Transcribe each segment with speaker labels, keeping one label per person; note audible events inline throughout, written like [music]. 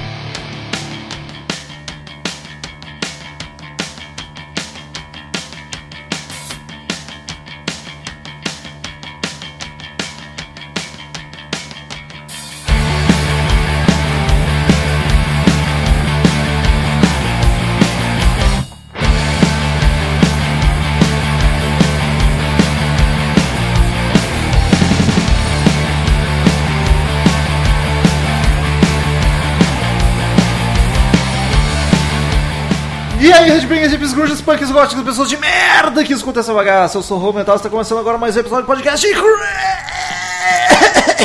Speaker 1: E aí, Redbangers, hippies, grujas, punks, góticos, pessoas de merda que escutam essa bagaça. Eu sou o Rô Mental, está começando agora mais um episódio do podcast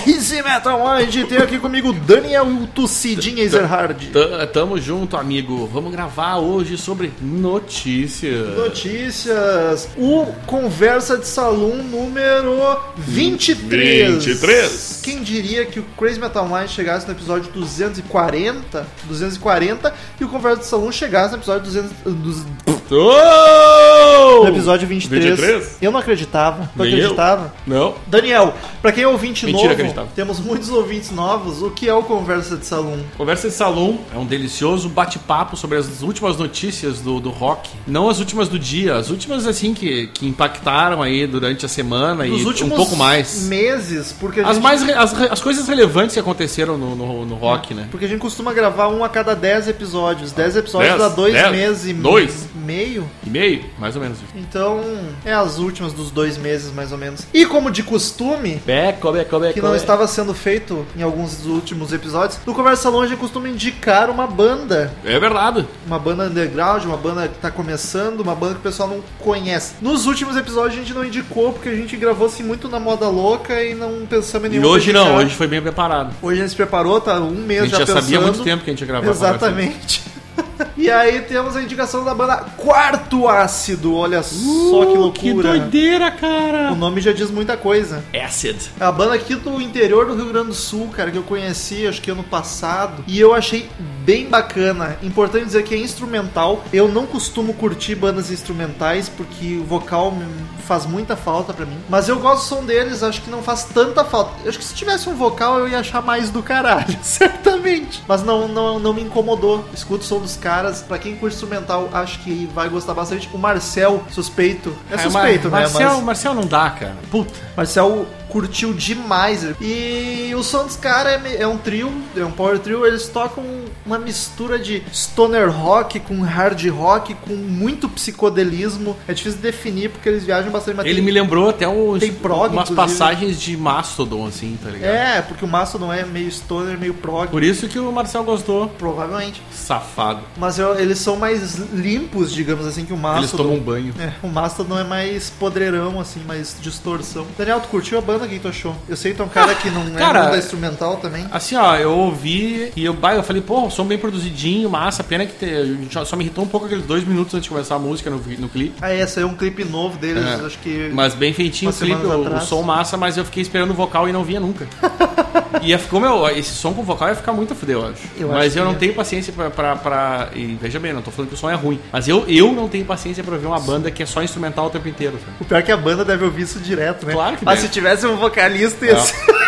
Speaker 1: Crazy Metal Mind. Tem aqui comigo Daniel Tucidinha Ezerhard.
Speaker 2: T- Tamo junto, amigo. Vamos gravar hoje sobre notícias.
Speaker 1: Notícias, o Conversa de Salão número 23.
Speaker 2: 23.
Speaker 1: Quem diria que o Crazy Metal Mind chegasse no episódio 240, 240 e o Conversa de Salão chegasse no episódio 200, dos-
Speaker 2: Oh!
Speaker 1: No episódio 23.
Speaker 2: 23?
Speaker 1: Eu não acreditava. Tu
Speaker 2: Nem
Speaker 1: acreditava?
Speaker 2: Não.
Speaker 1: Daniel, pra quem é ouvinte
Speaker 2: Mentira,
Speaker 1: novo,
Speaker 2: acreditava.
Speaker 1: temos muitos ouvintes novos. O que é o Conversa de Salão?
Speaker 2: Conversa de Salão é um delicioso bate-papo sobre as últimas notícias do, do rock. Não as últimas do dia, as últimas assim que, que impactaram aí durante a semana
Speaker 1: Nos
Speaker 2: e
Speaker 1: últimos
Speaker 2: um pouco mais.
Speaker 1: meses, porque a,
Speaker 2: As,
Speaker 1: gente,
Speaker 2: mais re- as, re- as coisas relevantes que aconteceram no, no, no rock, né?
Speaker 1: porque a gente costuma gravar um a cada 10 episódios. 10 episódios
Speaker 2: Dez,
Speaker 1: dá dois
Speaker 2: dez,
Speaker 1: meses e
Speaker 2: dois.
Speaker 1: meio.
Speaker 2: E meio, mais ou menos.
Speaker 1: Então, é as últimas dos dois meses, mais ou menos. E como de costume,
Speaker 2: Beco, beco, beco.
Speaker 1: que não estava sendo feito em alguns dos últimos episódios, no Conversa de Salão a gente costuma indicar uma banda.
Speaker 2: É verdade.
Speaker 1: uma banda underground, uma banda que tá começando, uma banda que o pessoal não conhece. Nos últimos episódios a gente não indicou, porque a gente gravou assim muito na moda louca e não pensamos em
Speaker 2: E
Speaker 1: nenhum.
Speaker 2: hoje não, hoje foi bem preparado.
Speaker 1: Hoje a gente se preparou, tá um mês
Speaker 2: A gente já,
Speaker 1: pensando.
Speaker 2: sabia há muito tempo que a gente ia gravar.
Speaker 1: Exatamente. [laughs] E aí temos a indicação da banda Quarto Ácido, olha só que
Speaker 2: Uh,
Speaker 1: loucura. né?
Speaker 2: Que doideira, cara!
Speaker 1: O nome já diz muita coisa.
Speaker 2: Acid.
Speaker 1: É a banda aqui do interior do Rio Grande do Sul, cara, que eu conheci acho que ano passado. E eu achei bem bacana. Importante dizer que é instrumental. Eu não costumo curtir bandas instrumentais, porque o vocal me- faz muita falta pra mim. Mas eu gosto do som deles, acho que não faz tanta falta. Eu Acho que se tivesse um vocal eu ia achar mais do caralho, [laughs] certamente. Mas não, não, não me incomodou. Escuto o som dos caras. Pra quem curte instrumental, acho que vai gostar bastante. O Marcel, suspeito. É suspeito, né?
Speaker 2: Ah, Marcel,
Speaker 1: Mas-
Speaker 2: Marcel não dá, cara. Puta.
Speaker 1: Marcel curtiu demais. E o som dos caras é, me- é um trio, é um power trio. Eles tocam uma mistura de stoner rock com hard rock, com muito psicodelismo. É difícil definir porque eles viajam bastante. mas
Speaker 2: Ele
Speaker 1: tem-
Speaker 2: me lembrou até uns,
Speaker 1: Tem prog,
Speaker 2: umas
Speaker 1: inclusive.
Speaker 2: passagens de Mastodon, assim, tá ligado?
Speaker 1: É, porque o Mastodon não é meio stoner, meio prog,
Speaker 2: Por isso que o Marcel gostou.
Speaker 1: provavelmente.
Speaker 2: Safado.
Speaker 1: Mas eu- eles são mais limpos, digamos assim, que o Mastodon.
Speaker 2: Eles tomam um banho.
Speaker 1: É, o Mastodon é mais podreirão, assim, mais distorção. Daniel, tu curtiu a banda? O que tu achou? Eu sei que tu é um cara que não
Speaker 2: Cara,
Speaker 1: é banda instrumental também.
Speaker 2: Assim, ó, eu ouvi e eu, bah, eu falei, pô, som bem produzidinho, massa. Pena que te- só- só me irritou um pouco aqueles dois minutos antes de começar a música no, vi- no clipe.
Speaker 1: Ah, é, saiu um clipe novo deles,
Speaker 2: É.
Speaker 1: acho que.
Speaker 2: Mas bem feitinho o
Speaker 1: Umas
Speaker 2: clipe,
Speaker 1: semanas
Speaker 2: o, o
Speaker 1: atrás.
Speaker 2: som massa, mas eu fiquei esperando o vocal e não
Speaker 1: [laughs]
Speaker 2: via nunca. e ia ficou, meu, esse som com vocal ia ficar muito fudeu, eu acho.
Speaker 1: Eu
Speaker 2: mas
Speaker 1: acho
Speaker 2: eu
Speaker 1: que
Speaker 2: não
Speaker 1: é.
Speaker 2: tenho paciência pra, pra, pra- E veja bem, não tô falando que o som é ruim. Mas eu, eu não tenho paciência pra ver uma banda que é só instrumental o tempo inteiro, sabe?
Speaker 1: O pior é que a banda deve ouvir isso direto, né?
Speaker 2: Claro que
Speaker 1: Ah,
Speaker 2: deve.
Speaker 1: se tivesse um vocalista
Speaker 2: É.
Speaker 1: ia ser- [laughs]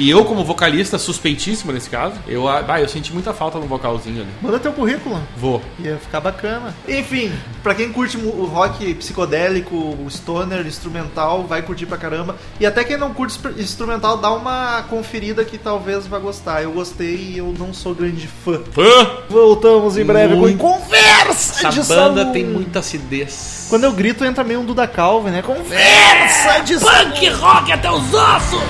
Speaker 2: E eu, como vocalista, suspeitíssimo nesse caso, eu, ah, bah, eu senti muita falta no vocalzinho ali.
Speaker 1: Manda teu currículo.
Speaker 2: Vou.
Speaker 1: Ia ficar bacana. Enfim, pra quem curte mu- o rock psicodélico, o stoner, instrumental, vai curtir pra caramba. E até quem não curte spr- instrumental, dá uma conferida que talvez vá gostar. Eu gostei e eu não sou grande fã.
Speaker 2: Fã!
Speaker 1: Voltamos em breve
Speaker 2: Muito.
Speaker 1: com Conversa
Speaker 2: Essa
Speaker 1: É de
Speaker 2: banda
Speaker 1: Salão.
Speaker 2: tem muita acidez.
Speaker 1: Quando eu grito, entra meio um Duda Calvin, né? Conversa de Salão.
Speaker 2: rock até os ossos!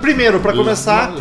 Speaker 1: Primeiro, pra começar,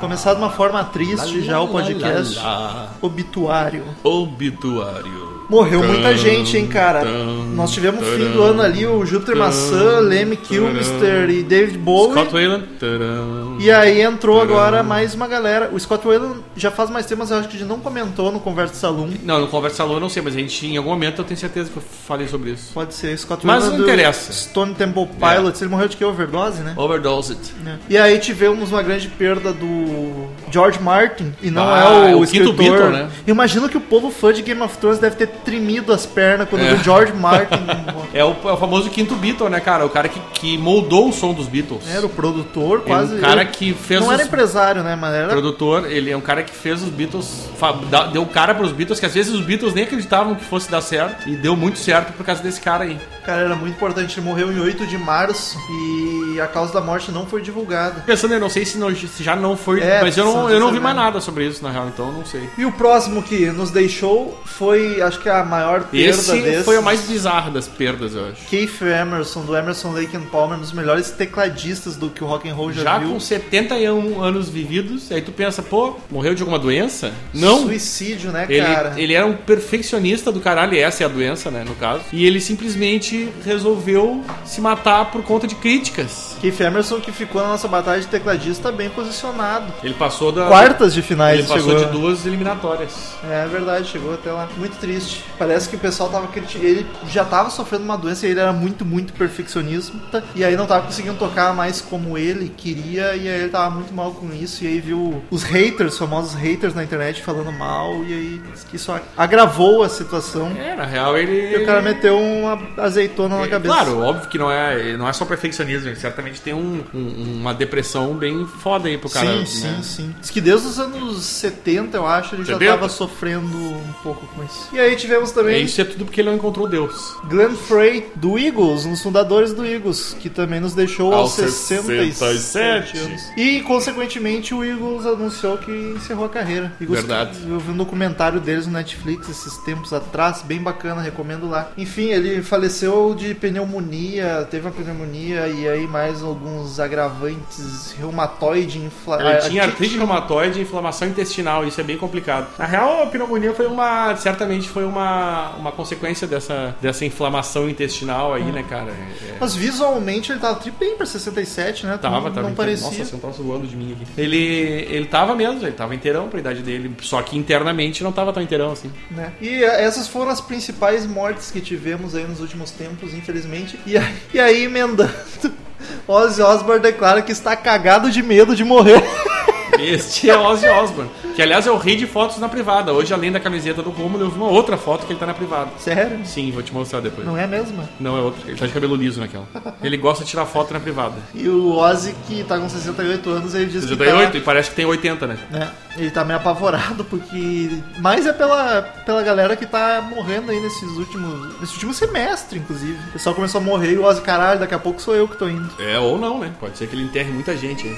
Speaker 1: Começar de uma forma triste já o podcast.
Speaker 2: Lá, lá, lá.
Speaker 1: Obituário.
Speaker 2: Obituário.
Speaker 1: Morreu muita gente, hein, cara.
Speaker 2: tum,
Speaker 1: Nós tivemos no fim
Speaker 2: taram,
Speaker 1: do ano ali o Júpiter
Speaker 2: tum,
Speaker 1: Maçã, Leme Kilmister e David Bowie.
Speaker 2: Scott Wayland. Tcharam.
Speaker 1: E aí entrou agora mais uma galera. O Scott Whalen já faz mais tempo, mas eu acho que a gente não comentou no Conversa Salão.
Speaker 2: Não, no Conversa Salão eu não sei, mas a gente, em algum momento, eu tenho certeza que eu falei sobre isso.
Speaker 1: Pode ser Scott
Speaker 2: Mas
Speaker 1: Whalen
Speaker 2: não
Speaker 1: do
Speaker 2: interessa.
Speaker 1: Stone Temple Pilots. Ele morreu de que? Overdose, né?
Speaker 2: Overdosed.
Speaker 1: É. E aí tivemos uma grande perda do George Martin, e não
Speaker 2: Ah,
Speaker 1: é
Speaker 2: é
Speaker 1: o,
Speaker 2: o quinto
Speaker 1: escritor.
Speaker 2: Beatle, né?
Speaker 1: Imagino que o povo fã de Game of Thrones deve ter tremido as pernas quando
Speaker 2: É.
Speaker 1: viu George
Speaker 2: [laughs]
Speaker 1: Martin. Né,
Speaker 2: É o, é o famoso quinto Beatle, né, cara? O cara que, que moldou o som dos Beatles.
Speaker 1: era o produtor,
Speaker 2: É
Speaker 1: quase.
Speaker 2: um cara
Speaker 1: ele-
Speaker 2: que fez
Speaker 1: Não
Speaker 2: os...
Speaker 1: era empresário, né, mas era
Speaker 2: produtor, ele é um cara que fez os Beatles, fa- da- deu cara pros Beatles, que às vezes os Beatles nem acreditavam que fosse dar certo, e deu muito certo por causa desse cara aí.
Speaker 1: Cara, era muito importante. Ele morreu em 8 de março e a causa da morte não foi divulgada.
Speaker 2: Pensando, eu não sei se, não- se já não foi,
Speaker 1: É,
Speaker 2: mas eu não,
Speaker 1: precisa
Speaker 2: eu não
Speaker 1: ser
Speaker 2: vi mais
Speaker 1: mesmo.
Speaker 2: nada sobre isso, na real, então eu não sei.
Speaker 1: E o próximo que nos deixou foi, acho que a maior perda
Speaker 2: Esse
Speaker 1: desses.
Speaker 2: foi a mais bizarra das perdas, eu acho.
Speaker 1: Keith Emerson, do Emerson Lake and Palmer, um dos melhores tecladistas do que o rock and roll já,
Speaker 2: Já
Speaker 1: viu.
Speaker 2: com 71 anos vividos, aí tu pensa, pô, morreu de alguma doença? Não.
Speaker 1: Suicídio, né,
Speaker 2: Ele,
Speaker 1: cara?
Speaker 2: ele era um perfeccionista do caralho, e essa é a doença, né, no caso. E ele simplesmente resolveu se matar por conta de críticas.
Speaker 1: Keith Emerson que ficou na nossa batalha de tecladista bem posicionado.
Speaker 2: Ele passou da.
Speaker 1: Quartas de finais
Speaker 2: Ele passou
Speaker 1: chegou.
Speaker 2: de duas eliminatórias.
Speaker 1: É verdade, chegou até lá. Muito triste. Parece que o pessoal tava criticando. Ele já tava sofrendo uma doença e ele era muito, muito perfeccionista. E aí não tava conseguindo tocar mais como ele queria. E aí ele tava muito mal com isso. E aí viu os haters, famosos haters na internet falando mal. E aí disse que isso agravou a situação.
Speaker 2: É, na real ele.
Speaker 1: E o cara meteu uma azeitona na cabeça.
Speaker 2: É, Claro, óbvio que não é, não é só perfeccionismo, ele certamente tem um- um- uma depressão bem foda aí pro cara.
Speaker 1: sim,
Speaker 2: né?
Speaker 1: sim, sim. Diz que desde os anos 70, eu acho, ele já
Speaker 2: 70?
Speaker 1: tava sofrendo um pouco com isso. E aí tivemos também.
Speaker 2: É, Isso é tudo porque ele não encontrou Deus.
Speaker 1: Glenn Frey, do Eagles, um dos fundadores do Eagles, que também nos deixou aos,
Speaker 2: Aos
Speaker 1: 67,
Speaker 2: 67
Speaker 1: anos. E, consequentemente, o Eagles anunciou que encerrou a carreira. Eagles,
Speaker 2: Verdade.
Speaker 1: Eu vi um documentário deles no Netflix esses tempos atrás, bem bacana, recomendo lá. Enfim, ele faleceu de pneumonia, teve uma pneumonia e aí mais alguns agravantes, reumatoide, infla...
Speaker 2: Ele tinha
Speaker 1: arti-
Speaker 2: artrite reumatoide e inflamação intestinal, isso é bem complicado. Na real, a pneumonia foi uma. certamente foi uma, uma consequência dessa, dessa inflamação intestinal aí, né, cara? É-
Speaker 1: Mas visualmente ele tava tri bem pra 67, né?
Speaker 2: Tava,
Speaker 1: não,
Speaker 2: tava.
Speaker 1: Não
Speaker 2: inteiro.
Speaker 1: parecia.
Speaker 2: Nossa, você um troço voando de mim aqui. Ele, ele tava mesmo, ele tava inteirão pra idade dele. Só que internamente não tava tão inteirão assim.
Speaker 1: né? E essas foram as principais mortes que tivemos aí nos últimos tempos, infelizmente. E aí, e aí emendando, [laughs] Ozzy Osbourne declara que está cagado de medo de morrer. [laughs]
Speaker 2: Este é Ozzy Osbourne. Que aliás é o rei de fotos na privada. Hoje, além da camiseta do Romulo, eu vi uma outra foto que ele tá na privada.
Speaker 1: Sério?
Speaker 2: Sim, vou te mostrar depois. Não,
Speaker 1: Não é mesmo?
Speaker 2: é outra. Ele tá de cabelo liso naquela. Ele gosta de tirar foto na privada.
Speaker 1: E o Ozzy, que tá com 68 anos, ele diz que tá-
Speaker 2: 68 e parece que tem 80, né?
Speaker 1: né? Ele tá meio apavorado porque. Mas é pela, pela galera que tá morrendo aí nesses últimos. Nesse último semestre, inclusive. O pessoal começou a morrer e o Ozzy, caralho, daqui a pouco sou eu que tô indo.
Speaker 2: É, ou não, né? Pode ser que ele enterre muita gente aí.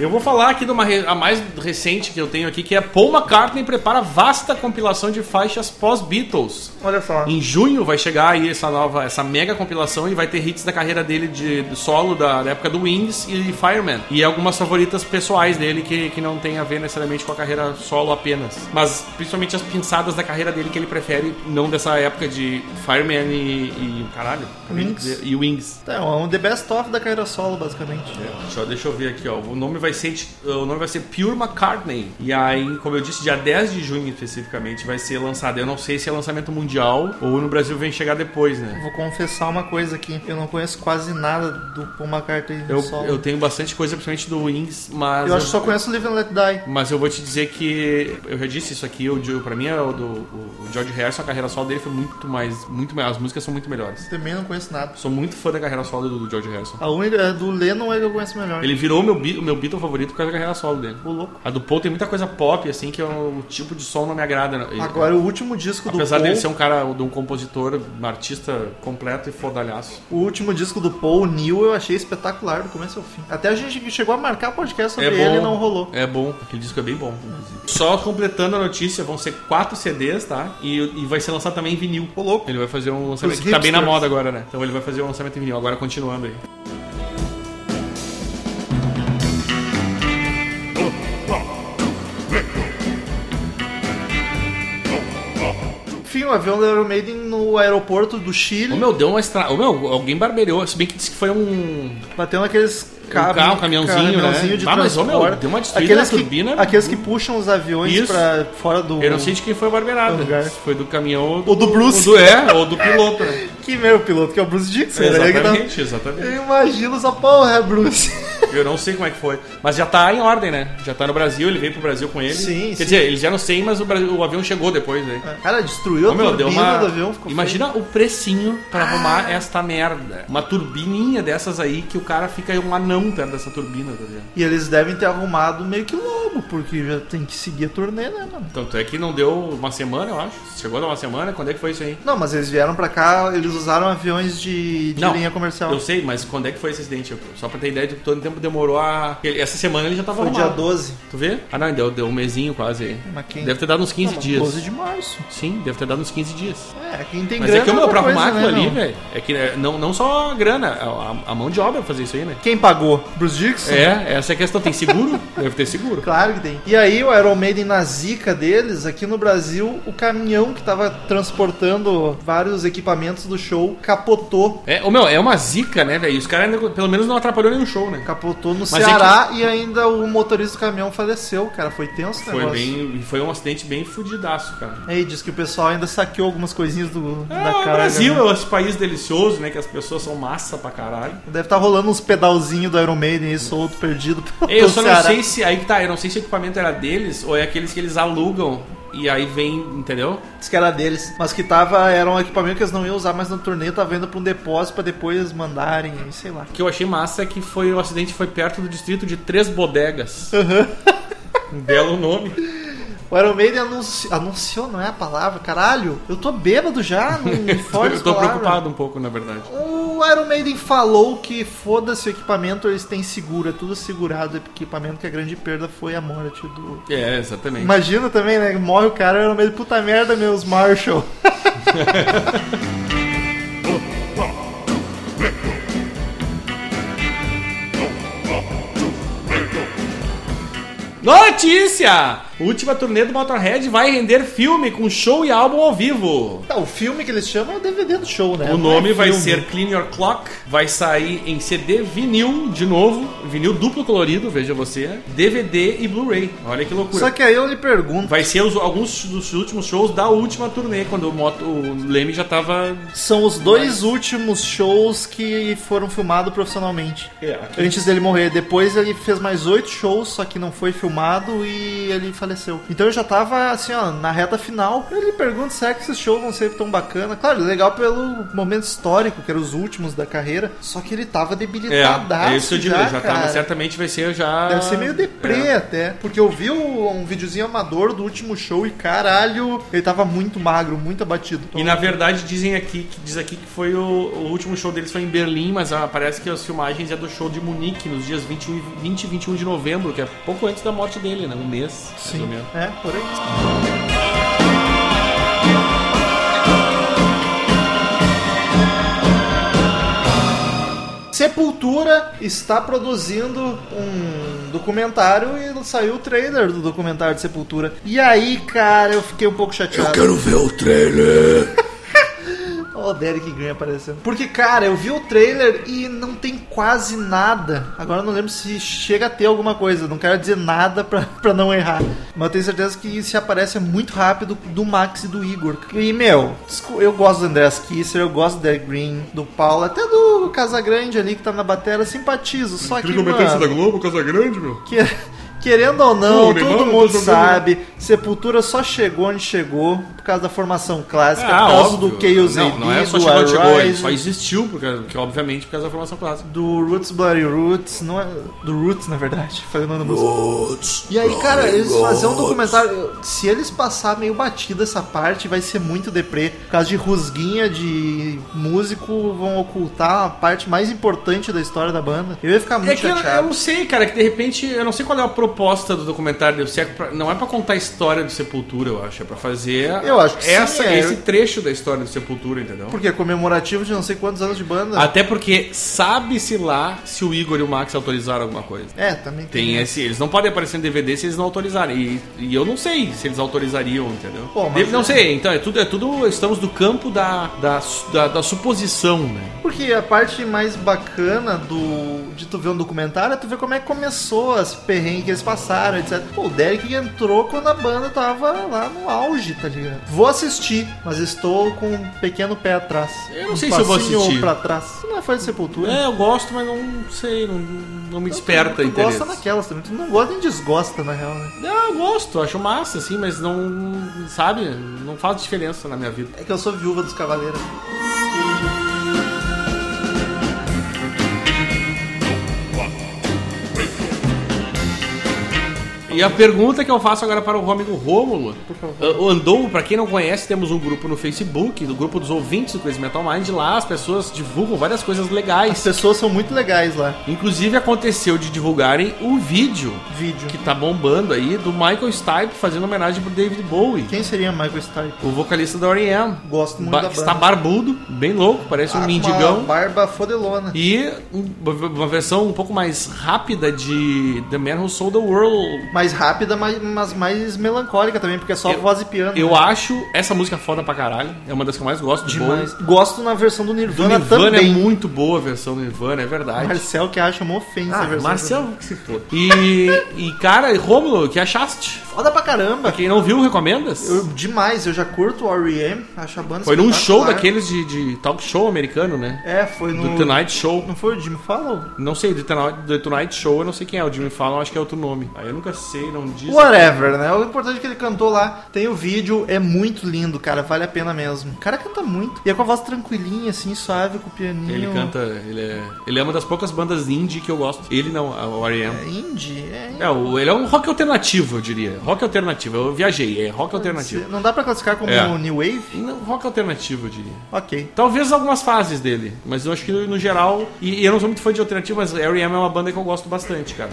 Speaker 2: Eu vou falar aqui de uma re- a mais recente que eu tenho aqui, que é Paul McCartney prepara vasta compilação de faixas pós-Beatles.
Speaker 1: Olha só.
Speaker 2: Em junho vai chegar aí essa nova, essa mega compilação e vai ter hits da carreira dele de, de solo da, da época do Wings e Fireman. E algumas favoritas pessoais dele que, que não tem a ver necessariamente com a carreira solo apenas. Mas principalmente as pinçadas da carreira dele que ele prefere, não dessa época de Fireman e. e caralho, acabei de
Speaker 1: Wings.
Speaker 2: dizer, e Wings.
Speaker 1: Então, é um The Best of da carreira solo, basicamente.
Speaker 2: Deixa, eu- deixa eu ver aqui, ó. O nome vai ser de- o nome vai ser Pure McCartney. E aí, como eu disse, dia 10 de junho especificamente vai ser lançado. Eu não sei se é lançamento mundial ou no Brasil vem chegar depois, né?
Speaker 1: Vou confessar uma coisa aqui, eu não conheço quase nada do Paul McCartney
Speaker 2: Eu,
Speaker 1: solo.
Speaker 2: eu
Speaker 1: Eu,
Speaker 2: tenho bastante coisa, principalmente do Wings, mas.
Speaker 1: acho que só conheço o Live and Let Die.
Speaker 2: Mas eu vou te dizer que. Eu já disse isso aqui, o, Joe- pra mim, é o, do, o o George Harrison, a carreira solo dele foi muito mais. Muito, mais- as músicas são muito melhores.
Speaker 1: Também não conheço nada.
Speaker 2: Sou muito fã da carreira solo do, do George Harrison.
Speaker 1: A única é do Lennon é que eu conheço melhor.
Speaker 2: Ele virou o meu, Be- o meu Beatle Beatle favorito por causa da carreira solo dele.
Speaker 1: O louco.
Speaker 2: A do Paul tem muita coisa pop, assim, que é um tipo de som não me agrada. E-
Speaker 1: Agora, o último disco do
Speaker 2: Apesar
Speaker 1: Paul,
Speaker 2: dele ser um cara, de um compositor, um artista completo e fodalhaço.
Speaker 1: o último disco do Paul, New, eu achei espetacular do começo ao fim. Até a gente chegou a marcar podcast sobre
Speaker 2: É
Speaker 1: ele e
Speaker 2: bom.
Speaker 1: não rolou.
Speaker 2: É bom, aquele disco é bem bom, inclusive. Só completando a notícia, vão ser quatro CDs, tá? E, e vai ser lançado também em vinil.
Speaker 1: Ô, louco.
Speaker 2: Ele vai fazer um lançamento
Speaker 1: Os
Speaker 2: que tá bem na
Speaker 1: hipsters.
Speaker 2: moda agora, né? Então ele vai fazer um lançamento em vinil. Agora continuando aí.
Speaker 1: Enfim, o avião da Iron Maiden no aeroporto do
Speaker 2: Ô
Speaker 1: Chile,
Speaker 2: meu, deu uma estrada. Ô meu, alguém barbeirou. Se bem que disse que foi um.
Speaker 1: bateu naqueles
Speaker 2: Um carro, um caminhãozinho, né?
Speaker 1: de
Speaker 2: Ah, mas, ô, meu,
Speaker 1: transporte.
Speaker 2: deu uma destruída
Speaker 1: aqueles
Speaker 2: na
Speaker 1: que,
Speaker 2: turbina.
Speaker 1: Aqueles que puxam os aviões
Speaker 2: Isso.
Speaker 1: pra fora do...
Speaker 2: Eu não sei de quem foi a barbeirada.
Speaker 1: Do lugar.
Speaker 2: Se Foi do caminhão Um ou do.
Speaker 1: Ou do Bruce.
Speaker 2: ou do- é, ou do piloto, [laughs] né?
Speaker 1: Que meu piloto, que é o Bruce Dixon. né? Que tá-
Speaker 2: exatamente, exatamente.
Speaker 1: Eu imagino essa porra, é Bruce.
Speaker 2: Eu não sei como é que foi. Mas já tá em ordem, né? Já tá no Brasil, ele veio pro Brasil com ele.
Speaker 1: Sim,
Speaker 2: Quer
Speaker 1: sim.
Speaker 2: dizer, ele já não sei, mas o, Brasil- o avião chegou depois, né?
Speaker 1: Cara, destruiu
Speaker 2: Ô,
Speaker 1: a
Speaker 2: meu, deu
Speaker 1: turbina
Speaker 2: uma...
Speaker 1: do avião. Ah. Ficou
Speaker 2: Imagina o precinho pra arrumar esta merda. Uma turbininha dessas aí que o cara fica um anão perto dessa turbina, tá ligado?
Speaker 1: E eles devem ter arrumado meio que logo, porque já tem que seguir a turnê, né, mano?
Speaker 2: Tanto é que não deu uma semana, eu acho. Chegou a dar uma semana, quando é que foi isso aí?
Speaker 1: Não, mas eles vieram pra cá, eles usaram aviões de, de
Speaker 2: Não,
Speaker 1: linha comercial.
Speaker 2: Eu sei, mas quando é que foi esse acidente? Eu- Só pra ter ideia de quanto tempo demorou a. ele- Essa semana ele já tava
Speaker 1: Foi dia
Speaker 2: arrumado.
Speaker 1: 12.
Speaker 2: Tu vê? Ah não, deu, deu um mesinho quase aí.
Speaker 1: Mas quem...
Speaker 2: Deve ter dado uns 15
Speaker 1: Não, mas
Speaker 2: dias.
Speaker 1: 12 de março.
Speaker 2: Sim, deve ter dado uns 15 dias.
Speaker 1: É, quem tem
Speaker 2: Mas
Speaker 1: grana
Speaker 2: é que o meu, pra
Speaker 1: outra
Speaker 2: arrumar
Speaker 1: coisa,
Speaker 2: aquilo
Speaker 1: né,
Speaker 2: ali,
Speaker 1: meu?
Speaker 2: velho. É que né, não, não só a grana, a, a mão de obra fazer isso aí, né?
Speaker 1: Quem pagou? Bruce Dixon?
Speaker 2: É, essa é a questão. Tem seguro? Deve ter seguro.
Speaker 1: Claro que tem. E aí o Iron Maiden na zica deles, aqui no Brasil, o caminhão que tava transportando vários equipamentos do show capotou.
Speaker 2: É, ô meu, é uma zica, né, velho? Os caras ainda, pelo menos não atrapalhou nenhum show, né?
Speaker 1: Capotou no
Speaker 2: é
Speaker 1: Ceará e ainda o motorista do caminhão faleceu, cara. Foi tenso o
Speaker 2: Foi
Speaker 1: negócio.
Speaker 2: bem. Foi um acidente bem fudidaço, cara.
Speaker 1: Aí diz que o pessoal ainda saqueou algumas coisinhas do,
Speaker 2: É,
Speaker 1: da
Speaker 2: o
Speaker 1: carga.
Speaker 2: Brasil
Speaker 1: né?
Speaker 2: é esse país delicioso, né? Que as pessoas são massa
Speaker 1: [laughs]
Speaker 2: pra caralho.
Speaker 1: Deve estar rolando uns pedalzinhos do Iron Maiden aí solto, perdido [laughs] pelo
Speaker 2: Eu
Speaker 1: pelo
Speaker 2: só não
Speaker 1: Ceará.
Speaker 2: sei se. Aí que tá, eu não sei se o equipamento era deles ou é aqueles que eles alugam e aí vem, entendeu?
Speaker 1: Diz que era deles. Mas que tava, era um equipamento que eles não iam usar mais no torneio, tava indo pra um depósito pra depois mandarem, aí, sei lá.
Speaker 2: O que eu achei massa é que foi o acidente foi perto do distrito de Três Bodegas. Um [laughs] belo nome.
Speaker 1: O Iron Maiden anunci- anunciou, não é a palavra, caralho. Eu tô bêbado já, não
Speaker 2: [laughs]
Speaker 1: me fode
Speaker 2: eu tô
Speaker 1: as palavras.
Speaker 2: preocupado um pouco, na verdade.
Speaker 1: O Iron Maiden falou que foda-se o equipamento, eles têm seguro, é tudo segurado. O equipamento que é a grande perda foi a morte do.
Speaker 2: É, exatamente.
Speaker 1: Imagina também, né? Morre o cara, o Iron Maiden, puta merda, meus Marshall. [laughs]
Speaker 2: Notícia! Última turnê do Motorhead vai render filme com show e álbum ao vivo.
Speaker 1: Tá, o filme que eles chamam é o DVD do show, né?
Speaker 2: O
Speaker 1: Não é
Speaker 2: nome vai
Speaker 1: filme.
Speaker 2: ser Clean Your Clock, vai sair em CD vinil de novo, vinil duplo colorido, veja você, DVD e Blu-ray. Olha que loucura.
Speaker 1: Só que aí eu lhe pergunto:
Speaker 2: Vai ser os- alguns dos últimos shows da última turnê, quando o, moto, o Leme já tava.
Speaker 1: são os dois últimos shows que foram filmados profissionalmente. Antes dele morrer. Depois ele fez mais oito shows, só que não foi filmado e ele faleceu. Então eu já tava assim, ó, na reta final. Eu lhe pergunto, será é que esses shows vão ser tão bacana? Claro, legal pelo momento histórico, que eram os últimos da carreira. Só que ele tava debilitadaço.
Speaker 2: É, é isso que eu digo, já, tava,
Speaker 1: cara.
Speaker 2: certamente vai ser já.
Speaker 1: Deve ser meio deprê
Speaker 2: É.
Speaker 1: até. Porque eu vi o- um videozinho amador do último show e caralho, ele tava muito magro, muito abatido. Então,
Speaker 2: E na verdade dizem aqui que diz aqui que foi o, o último show deles foi em Berlim, mas ah, parece que as filmagens é do show de Munique nos dias 21 e 20 e 21 de novembro, que é pouco antes da morte dele, né? Um mês, mais ou
Speaker 1: Sim,
Speaker 2: menos.
Speaker 1: é, por aí. Sepultura está produzindo um documentário e saiu o trailer do documentário de Sepultura. E aí, cara, eu fiquei um pouco chateado.
Speaker 3: ver o trailer.
Speaker 1: Ó, o Derek Green aparecendo. Porque, cara, eu vi o trailer e não tem quase nada. Agora eu não lembro se chega a ter alguma coisa. Não quero dizer nada pra, [laughs] pra não errar. Mas eu tenho certeza que se aparece muito rápido do Max e do Igor. E, meu, descu- eu gosto do Andreas Kisser, eu gosto do Derek Green, do Paulo, até do Casagrande ali que tá na batera. Simpatizo, só que. mano,
Speaker 2: Globo, Casa Grande, meu?
Speaker 1: que, Querendo ou não,
Speaker 2: Pô, tá
Speaker 1: todo
Speaker 2: Nirvana,
Speaker 1: mundo
Speaker 2: todo mundo-
Speaker 1: sabe, Sepultura só chegou onde chegou por causa da formação
Speaker 2: Ah,
Speaker 1: clássica, por causa do Chaos
Speaker 2: É né? Não,
Speaker 1: AD,
Speaker 2: não é só
Speaker 1: do
Speaker 2: chegar onde chegou, ele
Speaker 1: Arise,
Speaker 2: só existiu, porque, porque, obviamente, por causa da formação clássica.
Speaker 1: do Roots Bloody Roots, não é, do Roots, na verdade, [laughs] falei o nome da música.
Speaker 3: Roots,
Speaker 1: E aí, cara,
Speaker 3: Bloody
Speaker 1: eles fazer um
Speaker 3: Roots.
Speaker 1: documentário. Se eles passar meio batida essa parte, vai ser muito deprê. Por causa de rusguinha de músico, vão ocultar a parte mais importante da história da banda. Eu ia ficar muito
Speaker 2: É que eu, eu
Speaker 1: chateado.
Speaker 2: não sei, cara, que de repente, eu não sei qual é a proposta do documentário, se é pra- não é pra contar a história do Sepultura, eu acho, é pra fazer
Speaker 1: Eu acho que
Speaker 2: essa,
Speaker 1: sim, é.
Speaker 2: esse trecho da história do Sepultura, entendeu?
Speaker 1: Porque é comemorativo de não sei quantos anos de banda.
Speaker 2: Até porque sabe-se lá se o Igor e o Max autorizaram alguma coisa.
Speaker 1: É, também tem.
Speaker 2: Tem esse, eles não podem aparecer em DVD se eles não autorizarem. E, e eu não sei se eles autorizariam, entendeu?
Speaker 1: Pô, mas-
Speaker 2: Deve- não sei, então é tudo, é tudo. Estamos do campo da, da, su- da, da suposição, né?
Speaker 1: Porque a parte mais bacana do de tu ver um documentário é tu ver como é que começou as perrengues que eles passaram, etc. Pô, o Derek entrou quando a banda tava lá no auge, tá ligado? Vou assistir, mas estou com um pequeno pé atrás.
Speaker 2: Eu não sei
Speaker 1: um
Speaker 2: se eu vou
Speaker 1: passinho
Speaker 2: assistir.
Speaker 1: pra trás. Não é fã de Sepultura.
Speaker 2: É, eu gosto, mas não sei, não, não me
Speaker 1: tu
Speaker 2: desperta interesse.
Speaker 1: gosta naquelas também. Tu não gosta nem desgosta, na real, né?
Speaker 2: Não, eu gosto, acho massa, assim, mas não. Sabe? Não faz diferença na minha vida.
Speaker 1: É que eu sou viúva dos cavaleiros.
Speaker 2: E a pergunta que eu faço agora para o amigo Rômulo, Ah, o Andou, para quem não conhece, temos um grupo no Facebook, do grupo dos ouvintes do Crazy Metal Mind, lá as pessoas divulgam várias coisas
Speaker 1: As
Speaker 2: legais.
Speaker 1: pessoas são muito legais lá.
Speaker 2: Inclusive aconteceu de divulgarem o vídeo
Speaker 1: Vídeo.
Speaker 2: que tá bombando aí do Michael Stipe fazendo homenagem pro David Bowie,
Speaker 1: Quem seria Michael Stipe?
Speaker 2: o vocalista da R.E.M.
Speaker 1: Gosto muito
Speaker 2: Ba-
Speaker 1: da
Speaker 2: que
Speaker 1: banda.
Speaker 2: está barbudo, bem louco, parece
Speaker 1: Ah,
Speaker 2: um
Speaker 1: com
Speaker 2: mendigão.
Speaker 1: Uma barba fodelona.
Speaker 2: E um- uma versão um pouco mais rápida de The Man Who Sold the World.
Speaker 1: Mais rápida, mas, mas mais melancólica também, porque é só
Speaker 2: Eu-
Speaker 1: voz e piano.
Speaker 2: Eu acho essa música foda pra caralho. É uma das que eu mais gosto de
Speaker 1: demais.
Speaker 2: boas.
Speaker 1: Gosto na versão do
Speaker 2: Do
Speaker 1: Nirvana,
Speaker 2: Nirvana é
Speaker 1: também.
Speaker 2: muito boa a versão do Nirvana, é verdade.
Speaker 1: Marcel que acha uma ofensa a
Speaker 2: Ah,
Speaker 1: versão.
Speaker 2: Marcel que se for. E, e cara, e Rômulo, o que achaste?
Speaker 1: Foda pra caramba.
Speaker 2: Pra quem não viu, recomendas?
Speaker 1: Eu- demais, eu já curto o R.E.M., acho a banda
Speaker 2: Foi num show
Speaker 1: espetacular.
Speaker 2: daqueles de, de talk show americano, né?
Speaker 1: É, foi no...
Speaker 2: Do Tonight Show.
Speaker 1: Não foi o Jimmy Fallon?
Speaker 2: Não sei, do Tonight, do Tonight Show, eu não sei quem é. O Jimmy Fallon, acho que é outro nome. Aí eu nunca sei, não diz.
Speaker 1: Whatever, né? O importante é que ele cantou lá. Tem o vídeo, é muito lindo, cara. Vale a pena mesmo. O cara canta muito. E é com a voz tranquilinha, assim, suave, com o pianinho.
Speaker 2: Ele canta, ele é, ele é uma das poucas bandas indie que eu gosto. Ele não, a- o
Speaker 1: É
Speaker 2: R.E.M.
Speaker 1: indie? É
Speaker 2: É, o- ele é um rock alternativo, eu diria. Rock alternativo, eu viajei, é rock alternativo.
Speaker 1: Não dá pra classificar como
Speaker 2: É.
Speaker 1: New Wave?
Speaker 2: Não, é rock alternativo, eu diria.
Speaker 1: Ok.
Speaker 2: Talvez algumas fases dele, mas eu acho que no geral. E, e eu não sou muito fã de alternativo, mas R.E.M. é uma banda que eu gosto bastante, cara.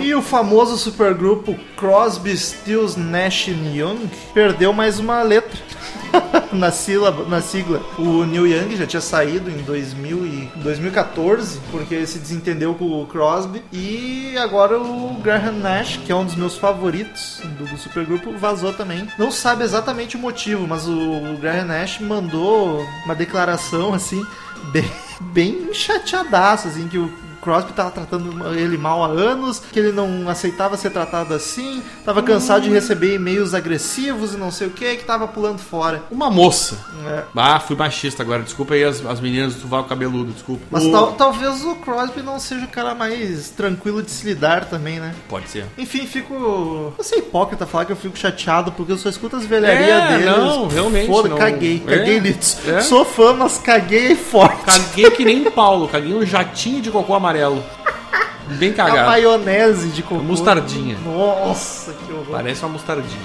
Speaker 1: E o famoso supergrupo Crosby, Stills, Nash e Young perdeu mais uma letra [laughs] na, sílaba, na sigla. O Neil Young já tinha saído em 2000 e 2014, porque ele se desentendeu com o Crosby. E agora o Graham Nash, que é um dos meus favoritos do, do supergrupo, vazou também. Não sabe exatamente o motivo, mas o Graham Nash mandou uma declaração assim, [laughs] bem, bem chateadaço, assim, que o Crosby tava tratando ele mal há anos, que ele não aceitava ser tratado assim, tava cansado de receber e-mails agressivos e não sei o que, que tava pulando fora.
Speaker 2: Uma moça.
Speaker 1: É.
Speaker 2: Ah, fui machista agora. Desculpa aí as, as meninas do Tuval Cabeludo, desculpa. Uh,
Speaker 1: Mas tá-
Speaker 2: O-
Speaker 1: tal- talvez o Crosby não seja o cara mais tranquilo de se lidar também, né?
Speaker 2: Pode ser.
Speaker 1: Enfim, fico. Eu sei hipócrita falar que eu fico chateado porque eu só escuto as velharias
Speaker 2: É,
Speaker 1: deles.
Speaker 2: não, realmente
Speaker 1: Foda,
Speaker 2: não.
Speaker 1: caguei, caguei
Speaker 2: É,
Speaker 1: litros.
Speaker 2: é.
Speaker 1: Sou fã, mas caguei forte.
Speaker 2: Caguei que nem Paulo, caguei um jatinho de cocô amarelo. Bem
Speaker 1: A
Speaker 2: cagado.
Speaker 1: maionese de cocô.
Speaker 2: Mostardinha.
Speaker 1: Nossa, que horror.
Speaker 2: Parece uma mostardinha.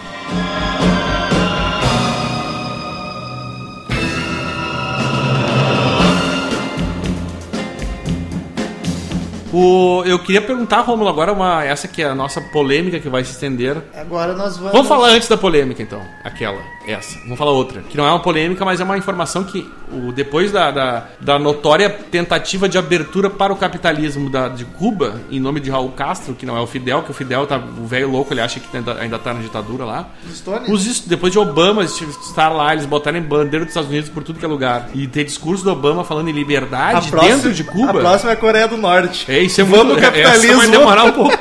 Speaker 2: O, eu queria perguntar, Romulo, agora uma, essa que é a nossa polêmica que vai se estender.
Speaker 1: Agora nós vamos.
Speaker 2: Vamos falar antes da polêmica, então. Aquela, essa. Vamos falar outra. Que não é uma polêmica, mas é uma informação que, o, depois da, da, da notória tentativa de abertura para o capitalismo da, de Cuba, em nome de Raul Castro, que não é o Fidel, que o Fidel tá. O velho louco, ele acha que ainda, ainda tá na ditadura lá.
Speaker 1: Stone?
Speaker 2: Os est- depois de Obama estar lá, eles botarem bandeira dos Estados Unidos por tudo que é lugar. E ter discurso do Obama falando em
Speaker 1: Tá
Speaker 2: liberdade dentro de Cuba.
Speaker 1: A próxima é a Coreia do Norte.
Speaker 2: É, isso é
Speaker 1: Vamos
Speaker 2: muito...
Speaker 1: capitalismo.
Speaker 2: Essa vai demorar um pouco.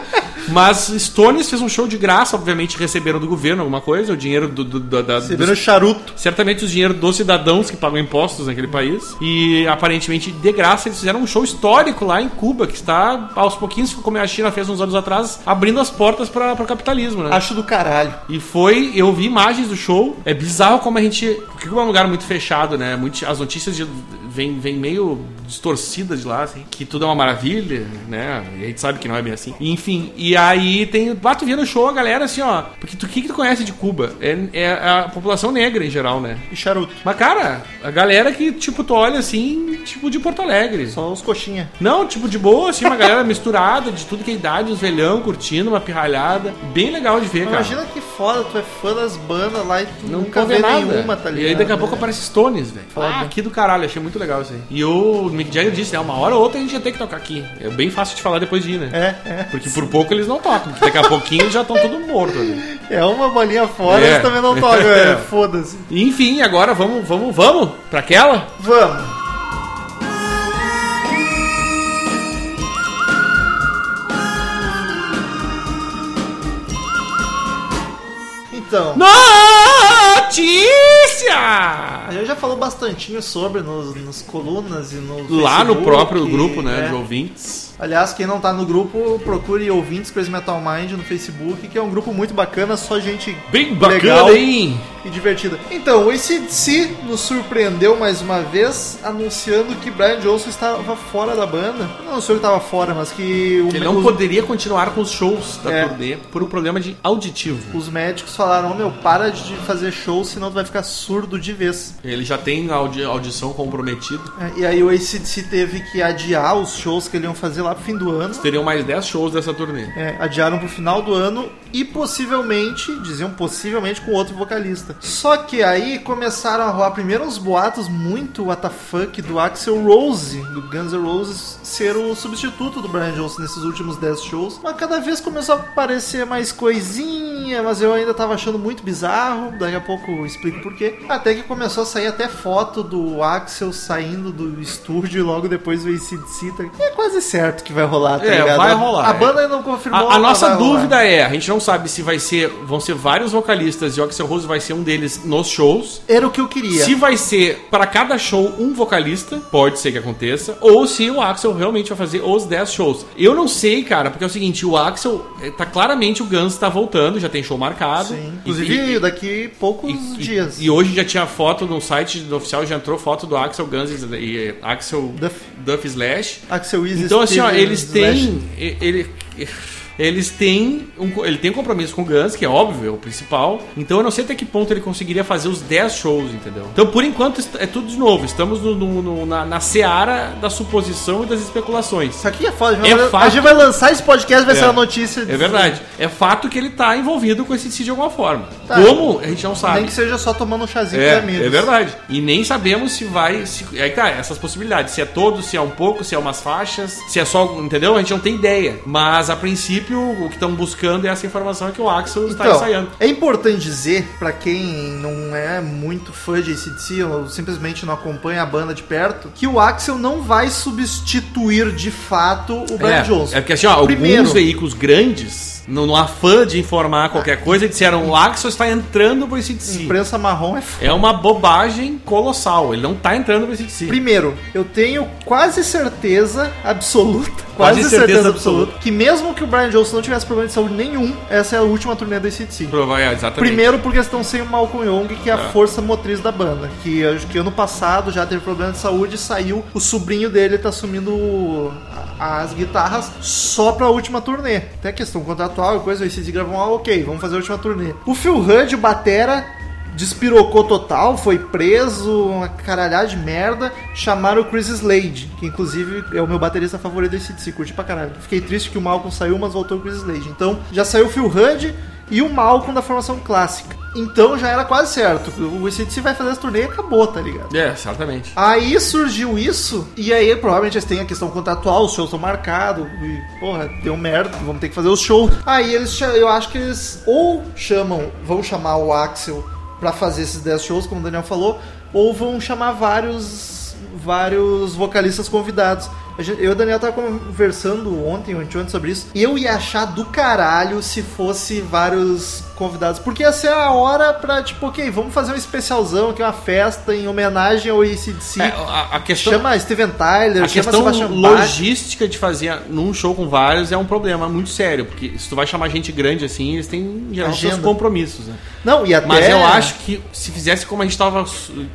Speaker 2: Mas Stones fez um show de graça, obviamente receberam do governo alguma coisa, o dinheiro do, do- da- da-
Speaker 1: Você
Speaker 2: dos-
Speaker 1: vira charuto.
Speaker 2: Certamente os dinheiro dos cidadãos que pagam impostos naquele país. E aparentemente, de graça, eles fizeram um show histórico lá em Cuba, que está, aos pouquinhos, como é a China fez uns anos atrás, abrindo as portas para o capitalismo, né?
Speaker 1: Acho do caralho.
Speaker 2: E foi, eu vi imagens do show. É bizarro como a gente. Porque Cuba é um lugar muito fechado, né? Muito, as notícias de, vem, vem meio distorcidas de lá, assim. Que tudo é uma maravilha, né? E a gente sabe que não é bem assim. E, enfim, e aí tem. Lá tu via no show a galera assim, ó. Porque tu, o que, que tu conhece de Cuba? É, é a população negra em geral, né?
Speaker 1: E charuto.
Speaker 2: Mas, cara, a galera que, tipo, tu olha assim, tipo, de Porto Alegre.
Speaker 1: Só os coxinha.
Speaker 2: Não, tipo, de boa, assim, uma galera [laughs] misturada de tudo que é idade, uns velhão curtindo, uma pirralhada. Bem legal de ver, cara.
Speaker 1: Imagina que foda, tu é fã das bandas lá e tu
Speaker 2: Não
Speaker 1: nunca vê
Speaker 2: nada.
Speaker 1: nenhuma, tá ligado?
Speaker 2: E aí daqui a
Speaker 1: né?
Speaker 2: pouco aparece Stones, velho.
Speaker 1: Foda.
Speaker 2: Ah, aqui do caralho, achei muito legal isso aí. E o Mick Jagger disse, né, uma hora ou outra a gente ia ter que tocar aqui. É bem fácil de falar depois de ir, né?
Speaker 1: É,
Speaker 2: Porque por pouco eles não tocam, porque daqui a pouquinho eles já estão tudo morto ali.
Speaker 1: é. É uma bolinha fora,
Speaker 2: É.
Speaker 1: eles também não tocam, [laughs] é. foda-se.
Speaker 2: Enfim, agora vamos, vamos, vamos pra aquela?
Speaker 1: Vamos. Então,
Speaker 2: Notícia!
Speaker 1: a gente Ah, já falou bastantinho sobre nos, nas colunas e no
Speaker 2: Lá no
Speaker 1: Facebook,
Speaker 2: próprio grupo, né,
Speaker 1: é.
Speaker 2: de ouvintes.
Speaker 1: Aliás, quem não tá no grupo, procure ouvintes Crazy Metal Mind no Facebook, que é um grupo muito bacana, só gente
Speaker 2: Bem bacana,
Speaker 1: legal
Speaker 2: hein?
Speaker 1: e divertida. Então, o ACDC nos surpreendeu mais uma vez, anunciando que Brian Johnson estava fora da banda. Não sei o que estava fora, mas que o
Speaker 2: Ele não
Speaker 1: os-
Speaker 2: poderia continuar com os shows da
Speaker 1: É.
Speaker 2: turnê por um problema de auditivo.
Speaker 1: os médicos falaram, "Ô, meu, para de fazer show, senão tu vai ficar surdo de vez.
Speaker 2: Ele já tem a audi- audição comprometida.
Speaker 1: É, E aí o ACDC teve que adiar os shows que ele iam fazer lá pro fim do ano.
Speaker 2: Teriam mais 10 shows dessa turnê.
Speaker 1: É, adiaram pro final do ano e possivelmente, diziam possivelmente, com outro vocalista. Só que aí começaram a rolar primeiro uns boatos muito WTF do Axel Rose, do Guns N' Roses, ser o substituto do Brian Johnson nesses últimos 10 shows. Mas cada vez começou a aparecer mais coisinha, mas eu ainda tava achando muito bizarro. Daqui a pouco eu explico por quê. Até que começou a sair até foto do Axel saindo do estúdio e logo depois o ACDC. Tá... É quase certo que vai rolar, tá
Speaker 2: É,
Speaker 1: ligado?
Speaker 2: vai rolar,
Speaker 1: A
Speaker 2: é.
Speaker 1: banda ainda não confirmou.
Speaker 2: A, a
Speaker 1: mas
Speaker 2: nossa
Speaker 1: vai rolar.
Speaker 2: dúvida é, a gente não sabe se vai ser, vão ser vários vocalistas e o Axel Rose vai ser um deles nos shows.
Speaker 1: Era o que eu queria.
Speaker 2: Se vai ser para cada show um vocalista, pode ser que aconteça, ou se o Axel realmente vai fazer os 10 shows. Eu não sei, cara, porque é o seguinte, o Axel eh, tá claramente o Guns tá voltando, já tem show marcado.
Speaker 1: Sim.
Speaker 2: E-
Speaker 1: Inclusive,
Speaker 2: e-
Speaker 1: daqui poucos
Speaker 2: E- e-
Speaker 1: dias.
Speaker 2: E, hoje já tinha foto no site do oficial, já entrou foto do Axel Guns e, e Axel
Speaker 1: Duff.
Speaker 2: Duff Slash.
Speaker 1: Axel Easy
Speaker 2: Então assim, ó,
Speaker 1: Steven
Speaker 2: eles
Speaker 1: Slash.
Speaker 2: têm e- ele eles têm um, co- ele tem um compromisso com o Guns, que é óbvio, é o principal. Então eu não sei até que ponto ele conseguiria fazer os 10 shows, entendeu? Então por enquanto est- é tudo de novo. Estamos no- no- no- na, na seara da suposição e das especulações.
Speaker 1: Isso aqui é foda. A
Speaker 2: É
Speaker 1: gente, vai,
Speaker 2: fato.
Speaker 1: a gente vai lançar esse podcast, vai
Speaker 2: É.
Speaker 1: ser uma notícia.
Speaker 2: É verdade. É fato que ele tá envolvido com esse de alguma forma.
Speaker 1: Tá.
Speaker 2: Como? A gente não sabe.
Speaker 1: Nem que seja só tomando um chazinho
Speaker 2: É,
Speaker 1: com amigos.
Speaker 2: é verdade. E nem sabemos se vai. Se, aí tá, essas possibilidades. Se é todo, se é um pouco, se é umas faixas, se é só. Entendeu? A gente não tem ideia. Mas a princípio, o que estão buscando é essa informação que o Axel está Tá ensaiando.
Speaker 1: É importante dizer, pra quem não é muito fã de ACDC ou simplesmente não acompanha a banda de perto, que o Axel não vai substituir de fato o Brian
Speaker 2: é,
Speaker 1: Johnson.
Speaker 2: é porque assim, ó,
Speaker 1: Primeiro-
Speaker 2: alguns veículos grandes, no, no afã de informar qualquer coisa, disseram o Axel está entrando pro ICDC.
Speaker 1: Imprensa marrom é
Speaker 2: É uma bobagem colossal. Ele não tá entrando pro ICDC.
Speaker 1: Primeiro, eu tenho quase certeza absoluta, quase
Speaker 2: Quase
Speaker 1: certeza,
Speaker 2: certeza
Speaker 1: absoluta,
Speaker 2: absoluta.
Speaker 1: que mesmo que o Brian Johnson não tivesse problema de saúde nenhum, essa é a última turnê do ACDC.
Speaker 2: Prova- é, Exatamente.
Speaker 1: Primeiro porque estão sem o Malcolm Young, que é a força motriz da banda, que acho que ano passado já teve problema de saúde e saiu, o sobrinho dele tá assumindo o- a- as guitarras só pra última turnê. Até questão contratual e coisa, o ACDC gravou, ah, ok, vamos fazer a última turnê. O Phil Rudd, o batera, despirocou total, foi preso, uma caralhada de merda. Chamaram o Chris Slade, que inclusive é o meu baterista favorito do ACDC, curte pra caralho. Fiquei triste que o Malcolm saiu, mas voltou o Chris Slade. Então já saiu o Phil Rudd e o Malcolm da formação clássica. Então já era quase certo. O ACDC vai fazer essa turnê e acabou, tá ligado?
Speaker 2: É, exatamente.
Speaker 1: Aí surgiu isso, e aí provavelmente eles têm a questão contratual, os shows estão marcados, e porra, deu merda, vamos ter que fazer os shows. Aí eles, cha- eu acho que eles ou chamam, vão chamar o Axel pra fazer esses 10 shows, como o Daniel falou, ou vão chamar vários vários vocalistas convidados. a gente- eu e o Daniel tava conversando ontem, ou anteontem sobre isso. Eu ia achar do caralho se fosse vários convidados. Porque ia ser a hora pra, tipo, ok, vamos fazer um especialzão aqui, uma festa em homenagem ao ACDC.
Speaker 2: É, a, a questão,
Speaker 1: chama Steven Tyler, chama
Speaker 2: a questão
Speaker 1: Sebastian Bach.
Speaker 2: logística de fazer num show com vários é um problema muito sério, porque se tu vai chamar gente grande assim, eles têm em geral seus
Speaker 1: Agenda. É.
Speaker 2: compromissos, né?
Speaker 1: Não, e até...
Speaker 2: Mas eu acho que se fizesse como a gente tava.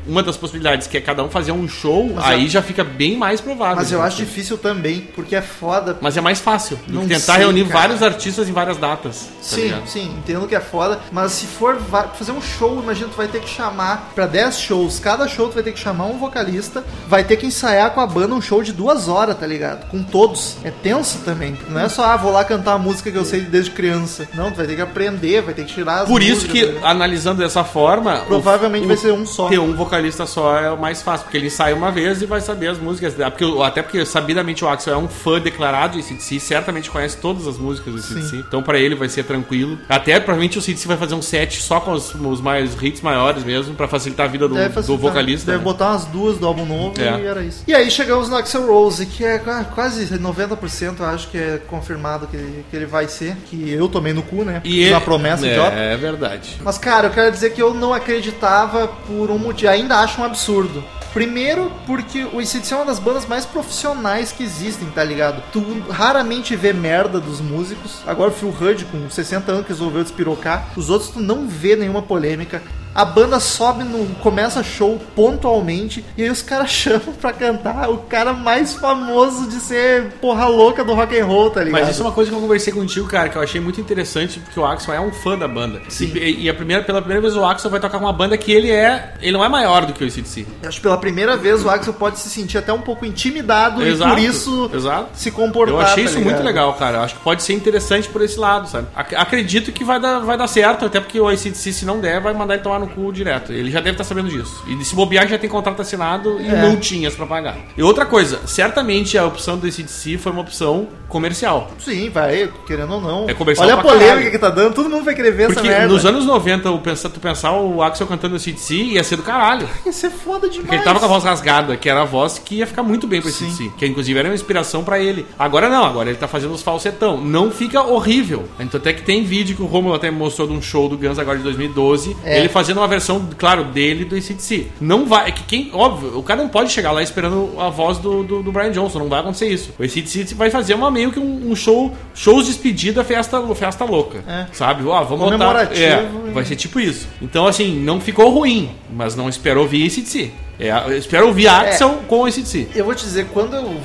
Speaker 2: Uma das possibilidades, que é cada um fazer um show,
Speaker 1: Mas
Speaker 2: aí
Speaker 1: eu-
Speaker 2: já fica bem mais provável.
Speaker 1: Mas eu
Speaker 2: né?
Speaker 1: acho difícil também, porque é foda.
Speaker 2: Mas é mais fácil do
Speaker 1: Não
Speaker 2: que tentar
Speaker 1: sei,
Speaker 2: reunir
Speaker 1: cara.
Speaker 2: vários artistas em várias datas. tá
Speaker 1: Sim,
Speaker 2: ligado?
Speaker 1: sim, entendo que é foda, mas se for va- fazer um show, imagina, tu vai ter que chamar pra 10 shows, cada show tu vai ter que chamar um vocalista, vai ter que ensaiar com a banda um show de duas horas, tá ligado? Com todos. É tenso também. Não é só, ah, vou lá cantar a música que eu sei desde criança. Não, tu vai ter que aprender, vai ter que tirar as
Speaker 2: Por isso
Speaker 1: músicas,
Speaker 2: que,
Speaker 1: tá ligado?
Speaker 2: analisando dessa forma. o-
Speaker 1: Provavelmente
Speaker 2: o-
Speaker 1: vai ser um só.
Speaker 2: Ter um vocalista só é o mais fácil, porque ele sai uma vez e vai saber as músicas. Ah, Porque, até porque, sabidamente, o Axel é um fã declarado de CDC, certamente conhece todas as músicas do CDC. Então, pra ele vai ser tranquilo. Até, provavelmente, o CDC vai fazer um set só com os, os mais hits maiores mesmo, pra facilitar a vida do,
Speaker 1: Deve
Speaker 2: do
Speaker 1: facilitar.
Speaker 2: vocalista.
Speaker 1: Deve
Speaker 2: né?
Speaker 1: botar umas duas do álbum novo
Speaker 2: É.
Speaker 1: e era isso. E aí chegamos no Axel Rose, que é qua- quase 90%, eu acho que é confirmado que ele, que ele vai ser. Que eu tomei no cu, né?
Speaker 2: E ele...
Speaker 1: Na promessa,
Speaker 2: é,
Speaker 1: idiota.
Speaker 2: É verdade.
Speaker 1: Mas, cara, eu quero dizer que eu não acreditava por um motivo. Ainda acho um absurdo. Primeiro, porque o ICDC é uma das bandas mais profissionais que existem, tá ligado? Tu raramente vê merda dos músicos. Agora o Phil Hud, com 60 anos, que resolveu despirocar. Os outros tu não vê nenhuma polêmica. A banda sobe no. começa show pontualmente. E aí os caras [laughs] chamam pra cantar o cara mais famoso de ser porra louca do rock and roll, tá ligado?
Speaker 2: Mas isso é uma coisa que eu conversei contigo, cara, que eu achei muito interessante, porque o Axel é um fã da banda.
Speaker 1: Sim.
Speaker 2: E, e a primeira, pela primeira vez o Axel vai tocar com uma banda que ele é. Ele não é maior do que o ICDC.
Speaker 1: Eu Acho que pela primeira vez o Axel pode se sentir até um pouco intimidado e por isso
Speaker 2: Exato.
Speaker 1: se comportar.
Speaker 2: Eu achei
Speaker 1: tá
Speaker 2: isso
Speaker 1: ligado?
Speaker 2: muito legal, cara. Eu acho que pode ser interessante por esse lado, sabe? Ac- acredito que vai dar, vai dar certo, até porque o ICDC, se não der, vai mandar ele tomar no cu direto. Ele já deve estar sabendo disso. E se bobear, já tem contrato assinado e
Speaker 1: É.
Speaker 2: multinhas pra pagar. E outra coisa, certamente a opção do ICDC foi uma opção comercial.
Speaker 1: Sim, vai, querendo ou não.
Speaker 2: É comercial
Speaker 1: Olha a
Speaker 2: pra
Speaker 1: polêmica
Speaker 2: caralho.
Speaker 1: que tá dando, todo mundo vai querer ver essa
Speaker 2: Porque
Speaker 1: merda.
Speaker 2: nos anos 90, o pensa- tu pensar o Axel cantando o CDC ia ser do caralho. Porque
Speaker 1: Ia ser foda demais.
Speaker 2: ele tava com a voz rasgada, que era a voz que ia ficar muito bem pro
Speaker 1: Sim.
Speaker 2: CDC. Que inclusive era uma inspiração pra ele. Agora não, agora ele tá fazendo os falsetão. Não fica horrível. Então até que tem vídeo que o Romulo até mostrou de um show do Guns agora de 2012.
Speaker 1: É.
Speaker 2: Ele fazendo uma versão, claro, dele do CDC. Não vai. É que quem. Óbvio, o cara não pode chegar lá esperando a voz do, do, do Brian Johnson. Não vai acontecer isso. O ACDC vai fazer uma meio que um, um show. Shows de despedida, festa, festa louca.
Speaker 1: É.
Speaker 2: Sabe? Ó, vamos botar.
Speaker 1: Comemorativo
Speaker 2: É,
Speaker 1: e-
Speaker 2: vai ser tipo isso. Então, assim, não ficou ruim, mas não espero ouvir esse de si. É, eu espero ouvir Axel com esse de si.
Speaker 1: Eu vou te dizer, quando eu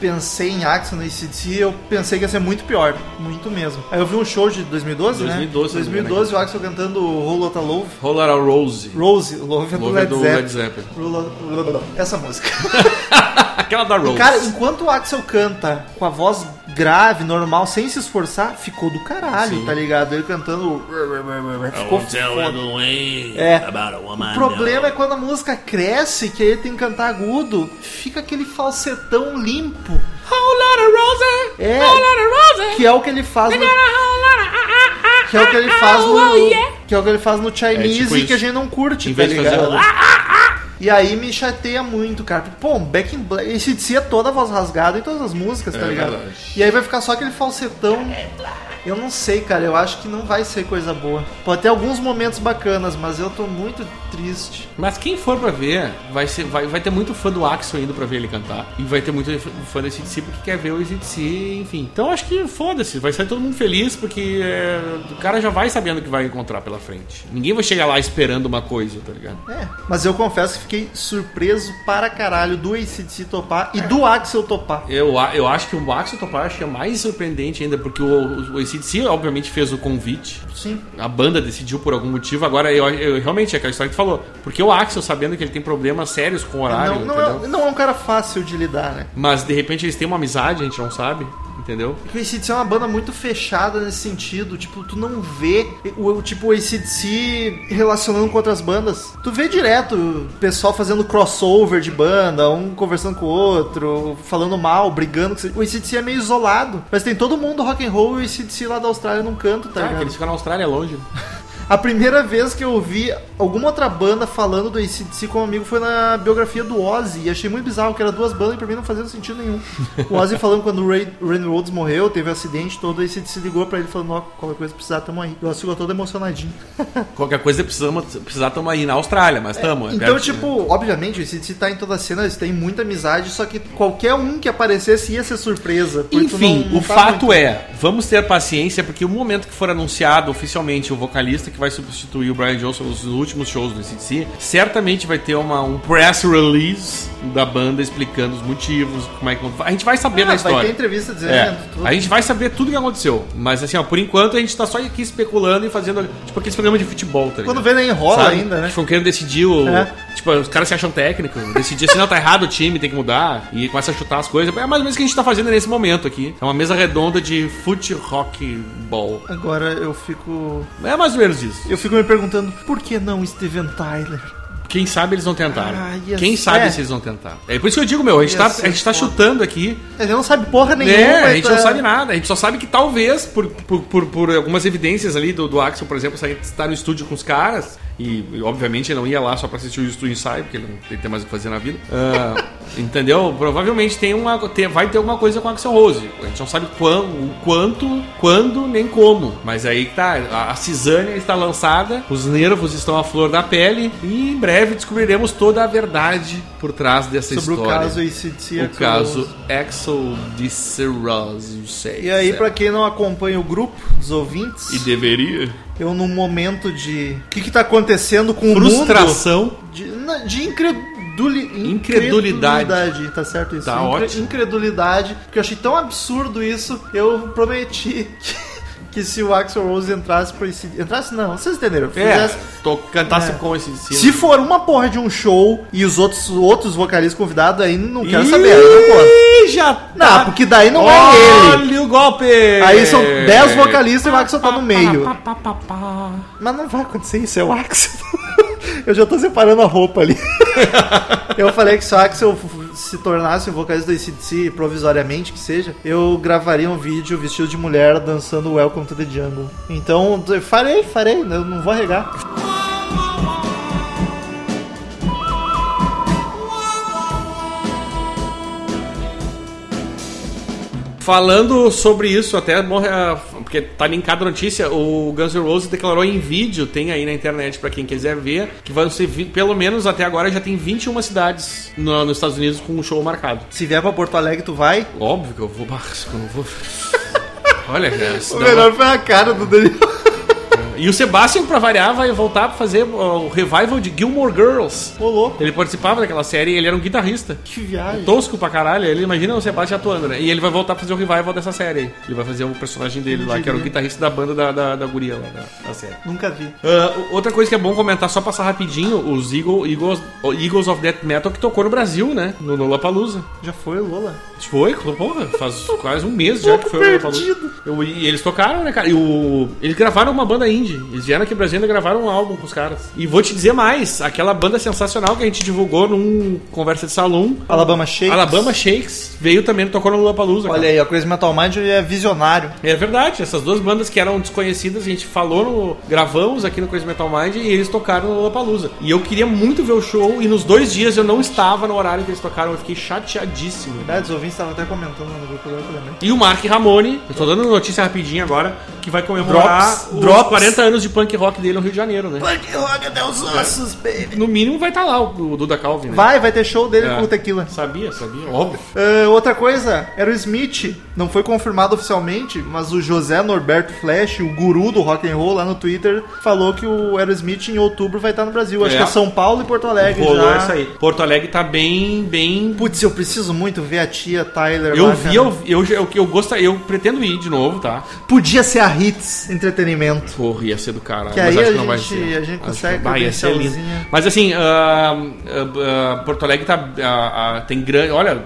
Speaker 1: pensei em Axel no ACDC, eu pensei que ia ser muito pior. Muito mesmo. Aí eu vi um show de 2012,
Speaker 2: 2012,
Speaker 1: né?
Speaker 2: se não me engano,
Speaker 1: 2012, o Axel cantando Rolota Love.
Speaker 2: Rolar a Rose.
Speaker 1: Rose, Love do
Speaker 2: Love é
Speaker 1: Led
Speaker 2: do
Speaker 1: Zeppelin.
Speaker 2: Led Zeppelin.
Speaker 1: Roll- Essa música.
Speaker 2: Aquela da Rose.
Speaker 1: Cara, enquanto o Axel canta com a voz grave, normal, sem se esforçar, ficou do caralho,
Speaker 2: Sim.
Speaker 1: tá ligado? Ele cantando. Ficou foda. É.
Speaker 2: Ah,
Speaker 1: O problema é quando a música cresce, que aí tem que cantar agudo, fica aquele falsetão limpo.
Speaker 2: Whole lot of roses.
Speaker 1: É.
Speaker 2: Whole lot of roses.
Speaker 1: Que é o que ele faz no.
Speaker 2: ah,
Speaker 1: Que é o que ele faz
Speaker 2: oh,
Speaker 1: no. Que é o que ele faz no
Speaker 2: É, tipo
Speaker 1: Chinese
Speaker 2: isso.
Speaker 1: que a gente não curte,
Speaker 2: Em
Speaker 1: tá
Speaker 2: vez de fazer Ah!
Speaker 1: ligado?
Speaker 2: o-
Speaker 1: E aí me chateia muito, cara. Porque, Pô, um Back in Black. Esse DC é toda a voz rasgada em todas as músicas, tá
Speaker 2: É
Speaker 1: ligado?
Speaker 2: verdade.
Speaker 1: E aí vai ficar só aquele falsetão. Eu não sei, cara. Eu acho que não vai ser coisa boa. Pode ter alguns momentos bacanas, mas eu tô muito triste.
Speaker 2: Mas quem for pra ver, vai, ser, vai, vai ter muito fã do Axel indo pra ver ele cantar. E vai ter muito fã desse DC porque quer ver o ACDC, enfim. Então acho que foda-se, vai sair todo mundo feliz porque é, o cara já vai sabendo o que vai encontrar pela frente. Ninguém vai chegar lá esperando uma coisa, tá ligado?
Speaker 1: É, mas eu confesso que fiquei surpreso para caralho do ACDC topar e do Axel topar.
Speaker 2: Eu, a- eu acho que o Axel Topar acho que é mais surpreendente ainda, porque o, o ACDC obviamente fez o convite.
Speaker 1: Sim.
Speaker 2: A banda decidiu por algum motivo. Agora, eu, eu- realmente, é aquela história que tu falou. Porque o Axel, sabendo que ele tem problemas sérios com o horário,
Speaker 1: não, não,
Speaker 2: entendeu?
Speaker 1: é, não é um cara fácil de lidar, né?
Speaker 2: Mas de repente eles têm uma amizade, a gente não sabe, entendeu?
Speaker 1: Porque o ACDC é uma banda muito fechada nesse sentido. Tipo, tu não vê o, o- tipo, o ACDC relacionando com outras bandas. Tu vê direto o pessoal fazendo crossover de banda, um conversando com o outro, falando mal, brigando. O ACDC é meio isolado. Mas tem todo mundo rock and roll e o ACDC lá da Austrália num canto, tá
Speaker 2: Ah, que
Speaker 1: ligado?
Speaker 2: eles ficam na Austrália longe.
Speaker 1: A primeira vez que eu ouvi alguma outra banda falando do ACDC como um amigo foi na biografia do Ozzy. E achei muito bizarro, que era duas bandas e pra mim não fazia sentido nenhum. O Ozzy falando quando o Ray, Randy Rhodes morreu, teve um acidente todo, o ACDC ligou pra ele falando, ó, qualquer coisa precisar, tamo aí. E o Ozzy ficou todo emocionadinho.
Speaker 2: Qualquer coisa precisamos precisar tamo aí na Austrália, mas tamo. é
Speaker 1: Então,
Speaker 2: perto-
Speaker 1: tipo, obviamente, o ACDC tá em toda a cena, eles têm muita amizade, só que qualquer um que aparecesse ia ser surpresa. porque tu
Speaker 2: Enfim,
Speaker 1: não- não
Speaker 2: o
Speaker 1: tá
Speaker 2: fato
Speaker 1: muito-
Speaker 2: é, vamos ter paciência, porque o momento que for anunciado oficialmente o vocalista que vai substituir o Brian Johnson nos últimos shows do CDC, certamente vai ter uma, um press release da banda explicando os motivos, como é que. A gente vai saber
Speaker 1: Ah,
Speaker 2: da
Speaker 1: vai ter
Speaker 2: história.
Speaker 1: entrevista dizendo
Speaker 2: É,
Speaker 1: tudo.
Speaker 2: a gente vai saber tudo o que aconteceu. Mas assim, ó, por enquanto a gente tá só aqui especulando e fazendo. Tipo aqueles programas de futebol, tá ligado?
Speaker 1: Quando vê, nem enrola
Speaker 2: Sabe? Tipo,
Speaker 1: ainda, né?
Speaker 2: Ficam querendo decidir o.
Speaker 1: É.
Speaker 2: Tipo, os caras se acham técnico. Decidir se não tá errado o time, tem que mudar. E começa a chutar as coisas. É mais ou menos o que a gente tá fazendo nesse momento aqui. É uma mesa redonda de foot rock ball.
Speaker 1: Agora eu fico.
Speaker 2: É mais ou menos isso.
Speaker 1: Eu fico me perguntando por que não Steven Tyler?
Speaker 2: Quem sabe eles não tentaram.
Speaker 1: Ah, ia
Speaker 2: Quem
Speaker 1: ser-
Speaker 2: sabe
Speaker 1: é.
Speaker 2: se eles não tentaram. É por isso que eu digo, meu, a gente,
Speaker 1: Ia
Speaker 2: tá,
Speaker 1: ser
Speaker 2: a gente tá
Speaker 1: foda.
Speaker 2: chutando aqui.
Speaker 1: Ele não sabe porra nenhuma.
Speaker 2: É, a gente
Speaker 1: então-
Speaker 2: não sabe nada. A gente só sabe que talvez, por, por, por, por algumas evidências ali do, do Axel, por exemplo, sair, estar no estúdio com os caras. E, e, obviamente ele não ia lá só pra assistir o estúdio ensaio, porque ele não tem- tem mais o que fazer na vida. Ah,
Speaker 1: É.
Speaker 2: entendeu? Provavelmente tem uma, tem- vai ter alguma coisa com o Axel Rose. A gente não sabe quão, o quanto, quando, nem como. Mas aí que tá, a, a cisânia está lançada, os nervos estão à flor da pele, e em breve descobriremos toda a verdade por trás dessa
Speaker 1: Sobre
Speaker 2: história.
Speaker 1: o caso ACDC.
Speaker 2: O caso Axel de Serraz, sei.
Speaker 1: E aí, pra quem não acompanha o grupo dos ouvintes,
Speaker 2: E deveria.
Speaker 1: eu num momento de. O que, que tá acontecendo com
Speaker 2: Frustração.
Speaker 1: o mundo? De, na- de increduli...
Speaker 2: Incredulidade.
Speaker 1: incredulidade, Tá certo isso?
Speaker 2: Tá ótimo.
Speaker 1: Incredulidade. Porque eu achei tão absurdo isso, eu prometi [laughs] que. que se o Axel Rose entrasse pra esse. Entrasse não, vocês entenderam.
Speaker 2: É,
Speaker 1: Fizesse-
Speaker 2: tô, cantasse
Speaker 1: É.
Speaker 2: com esse sino.
Speaker 1: Se for uma porra de um show e os outros, outros vocalistas convidados aí, não quero
Speaker 2: Ih,
Speaker 1: saber. aí não gosto.
Speaker 2: já
Speaker 1: Não,
Speaker 2: tá.
Speaker 1: porque daí não é
Speaker 2: Olha
Speaker 1: ele.
Speaker 2: o golpe!
Speaker 1: Aí são 10 vocalistas e o Axel tá no meio. Mas não vai acontecer isso, é o Axel. [laughs] Eu já tô separando a roupa
Speaker 2: [laughs]
Speaker 1: ali. Eu falei que se o Axel f- se tornasse o vocalista do ACDC, provisoriamente que seja, eu gravaria um vídeo vestido de mulher dançando Welcome to the Jungle. Então, eu farei, farei, né? eu não vou regar.
Speaker 2: Falando sobre isso, até morre a- porque tá linkado a notícia, o Guns N' Roses declarou em vídeo, tem aí na internet pra quem quiser ver, que vão ser vi- pelo menos até agora já tem 21 cidades no- nos Estados Unidos com um show marcado.
Speaker 1: Se vier pra Porto Alegre, tu vai?
Speaker 2: Óbvio que eu vou. Ah, Eu
Speaker 1: [laughs]
Speaker 2: não vou. Olha, cara. isso
Speaker 1: O
Speaker 2: dá uma-
Speaker 1: melhor foi a cara do Daniel.
Speaker 2: E o Sebastian, pra variar, vai voltar pra fazer ó, o revival de Gilmore Girls.
Speaker 1: Ô, louco,
Speaker 2: Ele participava daquela série e ele era um guitarrista.
Speaker 1: que viagem.
Speaker 2: Tosco pra caralho, ele imagina o Sebastian atuando, né? E ele vai voltar pra fazer o revival dessa série aí. Ele vai fazer o personagem dele lá, que era o guitarrista da banda da, da, da guria lá da, da série.
Speaker 1: Nunca vi.
Speaker 2: Ah, o- outra coisa que é bom comentar, só passar rapidinho, os Eagle- Eagles, o Eagles of Death Metal que tocou no Brasil, né? No Lollapalooza.
Speaker 1: Já foi, Lola?
Speaker 2: Foi, porra, faz quase um mês já que foi o Lollapalooza.
Speaker 1: perdido.
Speaker 2: Eu- E eles tocaram, né, cara? E o... Eles gravaram uma banda indie. Eles vieram aqui no Brasil e ainda gravaram um álbum com os caras. E vou te dizer mais: aquela banda sensacional que a gente divulgou num Conversa de Salão.
Speaker 1: Alabama Shakes.
Speaker 2: Alabama Shakes veio também, tocou no Lollapalooza.
Speaker 1: Olha
Speaker 2: cara.
Speaker 1: aí, a Crazy Metal Mind é visionário.
Speaker 2: É verdade, essas duas bandas que eram desconhecidas, a gente falou no. gravamos aqui no Crazy Metal Mind e eles tocaram no Lollapalooza. E eu queria muito ver o show, e nos dois dias eu não estava no horário que eles tocaram, eu fiquei chateadíssimo.
Speaker 1: Verdade, É, os ouvintes estavam até comentando no grupo agora que eu lembrei.
Speaker 2: E o Mark Ramone, eu tô dando notícia rapidinho agora, que vai comemorar
Speaker 1: Drops,
Speaker 2: os
Speaker 1: drops.
Speaker 2: 40 anos de punk rock dele no Rio de Janeiro, né?
Speaker 1: Punk rock até é os ossos, baby.
Speaker 2: No mínimo vai estar lá o, o Duda Calvin, né?
Speaker 1: Vai, vai ter show dele com o Tequila.
Speaker 2: Sabia, sabia, óbvio.
Speaker 1: Ah, outra coisa, era o Smith. Não foi confirmado oficialmente, mas o José Norberto Flash, o guru do rock and roll lá no Twitter, falou que o Aerosmith em outubro vai estar no Brasil. Acho
Speaker 2: É.
Speaker 1: que é São Paulo e Porto Alegre
Speaker 2: Rolou
Speaker 1: já.
Speaker 2: essa aí. Porto Alegre tá bem, bem...
Speaker 1: Putz, eu preciso muito ver a tia Tyler
Speaker 2: Eu
Speaker 1: lá,
Speaker 2: vi,
Speaker 1: cara.
Speaker 2: eu, eu, eu, eu gostaria, eu pretendo ir de novo, tá?
Speaker 1: Podia ser a Hits Entretenimento.
Speaker 2: Porra, ia ser do caralho.
Speaker 1: Que
Speaker 2: mas
Speaker 1: aí
Speaker 2: acho
Speaker 1: a
Speaker 2: que não vai
Speaker 1: gente-
Speaker 2: ser.
Speaker 1: a gente
Speaker 2: Acho
Speaker 1: consegue
Speaker 2: que vai, ia ser lindo.
Speaker 1: credencialzinha.
Speaker 2: Mas assim, ah, ah, ah, Porto Alegre tá, ah, ah, tem grande, olha,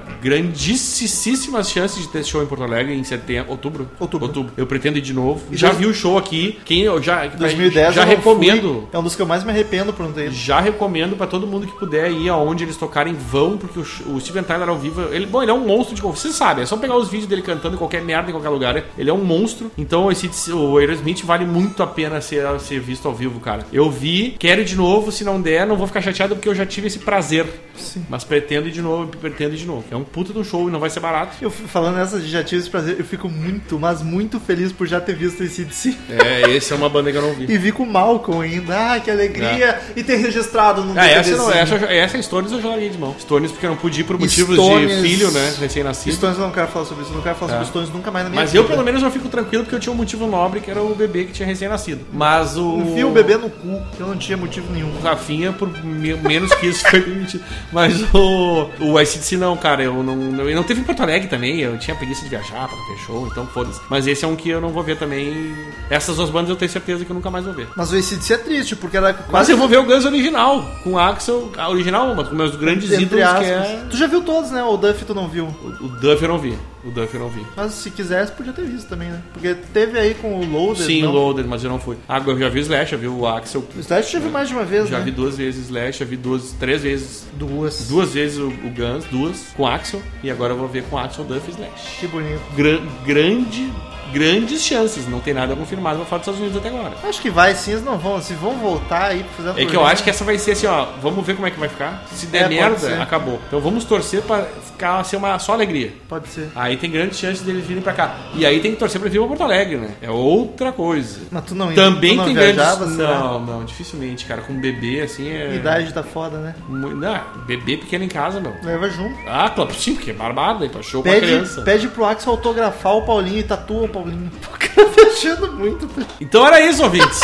Speaker 2: grandíssimas chances de ter show em Porto Alegre em setembro, outubro.
Speaker 1: Outubro.
Speaker 2: Eu pretendo ir de novo.
Speaker 1: E
Speaker 2: já
Speaker 1: dois-
Speaker 2: vi o show aqui. Quem eu já
Speaker 1: 2010
Speaker 2: já
Speaker 1: eu não
Speaker 2: recomendo.
Speaker 1: fui. É um dos que eu mais me arrependo por não ter ido.
Speaker 2: Já recomendo pra todo mundo que puder ir aonde eles tocarem, vão, porque o, Sh- o Steven Tyler ao vivo, ele, né? bom, ele é um monstro de cover. Vocês sabem, é só pegar os vídeos dele cantando em qualquer merda, em qualquer lugar. Ele é um monstro. Então, esse o Aerosmith vale muito a pena ser, ser visto ao vivo, cara. Eu vi, quero ir de novo, se não der, não vou ficar chateado porque eu já tive esse prazer.
Speaker 1: Sim.
Speaker 2: Mas pretendo ir de novo, pretendo ir de novo. É um puta de um show e não vai ser barato.
Speaker 1: Eu f- falando essas já tive esse prazer, eu fico muito, mas muito feliz por já ter visto esse DC.
Speaker 2: É, esse é uma banda que eu não vi.
Speaker 1: E vi com o Malcolm ainda. Ah, que alegria! E ter registrado no
Speaker 2: [laughs] É. Ah, essa,
Speaker 1: DVDzinho.
Speaker 2: não, essa, essa é Stones eu jogaria de mão. Stones porque eu não pude ir por motivos
Speaker 1: Stones-
Speaker 2: de filho, né? Recém-nascido.
Speaker 1: Stones eu não quero falar sobre isso, eu não quero falar
Speaker 2: Tá.
Speaker 1: sobre Stones nunca mais na minha
Speaker 2: Mas
Speaker 1: vida.
Speaker 2: eu, pelo menos, eu fico tranquilo porque eu tinha um motivo nobre que era o bebê que tinha recém-nascido. Mas o.
Speaker 1: Enfia o bebê no cu, que eu não tinha motivo nenhum.
Speaker 2: O Rafinha, por me- menos que isso foi [laughs] permitido. Mas o. O ICDC não, cara. Eu não, não, e não teve em Porto Alegre também. Eu tinha preguiça de viajar pra ver show, então foda-se. Mas esse é um que eu não vou ver também. Essas duas bandas eu tenho certeza que eu nunca mais vou ver.
Speaker 1: Mas o ACDC é triste, porque era
Speaker 2: Mas é um
Speaker 1: quase.
Speaker 2: eu vou ver o Guns original, com o Axel. A original, mas com meus grandes
Speaker 1: entre
Speaker 2: ídolos, que
Speaker 1: aspas.
Speaker 2: é.
Speaker 1: Tu já viu todos, né? O Duff tu não viu.
Speaker 2: O Duff eu não vi. O Duff eu não vi.
Speaker 1: Mas se quisesse, podia ter visto também, né? Porque teve aí com o Loader.
Speaker 2: Sim,
Speaker 1: não?
Speaker 2: Loaded, mas eu não fui. Ah, eu já vi o Slash, já vi o Axel.
Speaker 1: O Slash já vi mais de uma vez,
Speaker 2: Já
Speaker 1: né?
Speaker 2: vi duas vezes Slash, já vi duas, três vezes.
Speaker 1: duas.
Speaker 2: Duas vezes o, o Guns, duas, com Axel. E agora eu vou ver com Axel, Duff e Slash.
Speaker 1: Que bonito.
Speaker 2: Gran- grande, grandes chances. Não tem nada confirmado pra falar dos Estados Unidos até agora.
Speaker 1: Acho que vai sim, eles não vão. Se vão voltar aí pra fazer uma
Speaker 2: É que eu acho que essa vai ser assim, ó. Vamos ver como é que vai ficar. Se
Speaker 1: É,
Speaker 2: der
Speaker 1: pode ser.
Speaker 2: merda, acabou. Então vamos torcer pra ficar ser uma só alegria.
Speaker 1: Pode ser.
Speaker 2: Aí tem grandes chances deles virem pra cá. E aí tem que torcer pra vir pra Porto Alegre, né? É outra coisa.
Speaker 1: Mas tu não tu
Speaker 2: Também
Speaker 1: não
Speaker 2: tem
Speaker 1: viajava,
Speaker 2: grandes.
Speaker 1: será?
Speaker 2: Não, não, dificilmente, cara. Com bebê assim é.
Speaker 1: Idade tá foda, né?
Speaker 2: Mu- Não, bebê pequeno em casa, meu.
Speaker 1: Leva junto.
Speaker 2: Ah, claro, sim, porque é barbada, pra show pra
Speaker 1: Pede,
Speaker 2: criança.
Speaker 1: pede pro Axel autografar o Paulinho e tatua o Paulinho. [laughs] O cara tá achando muito.
Speaker 2: Então era isso, ouvintes.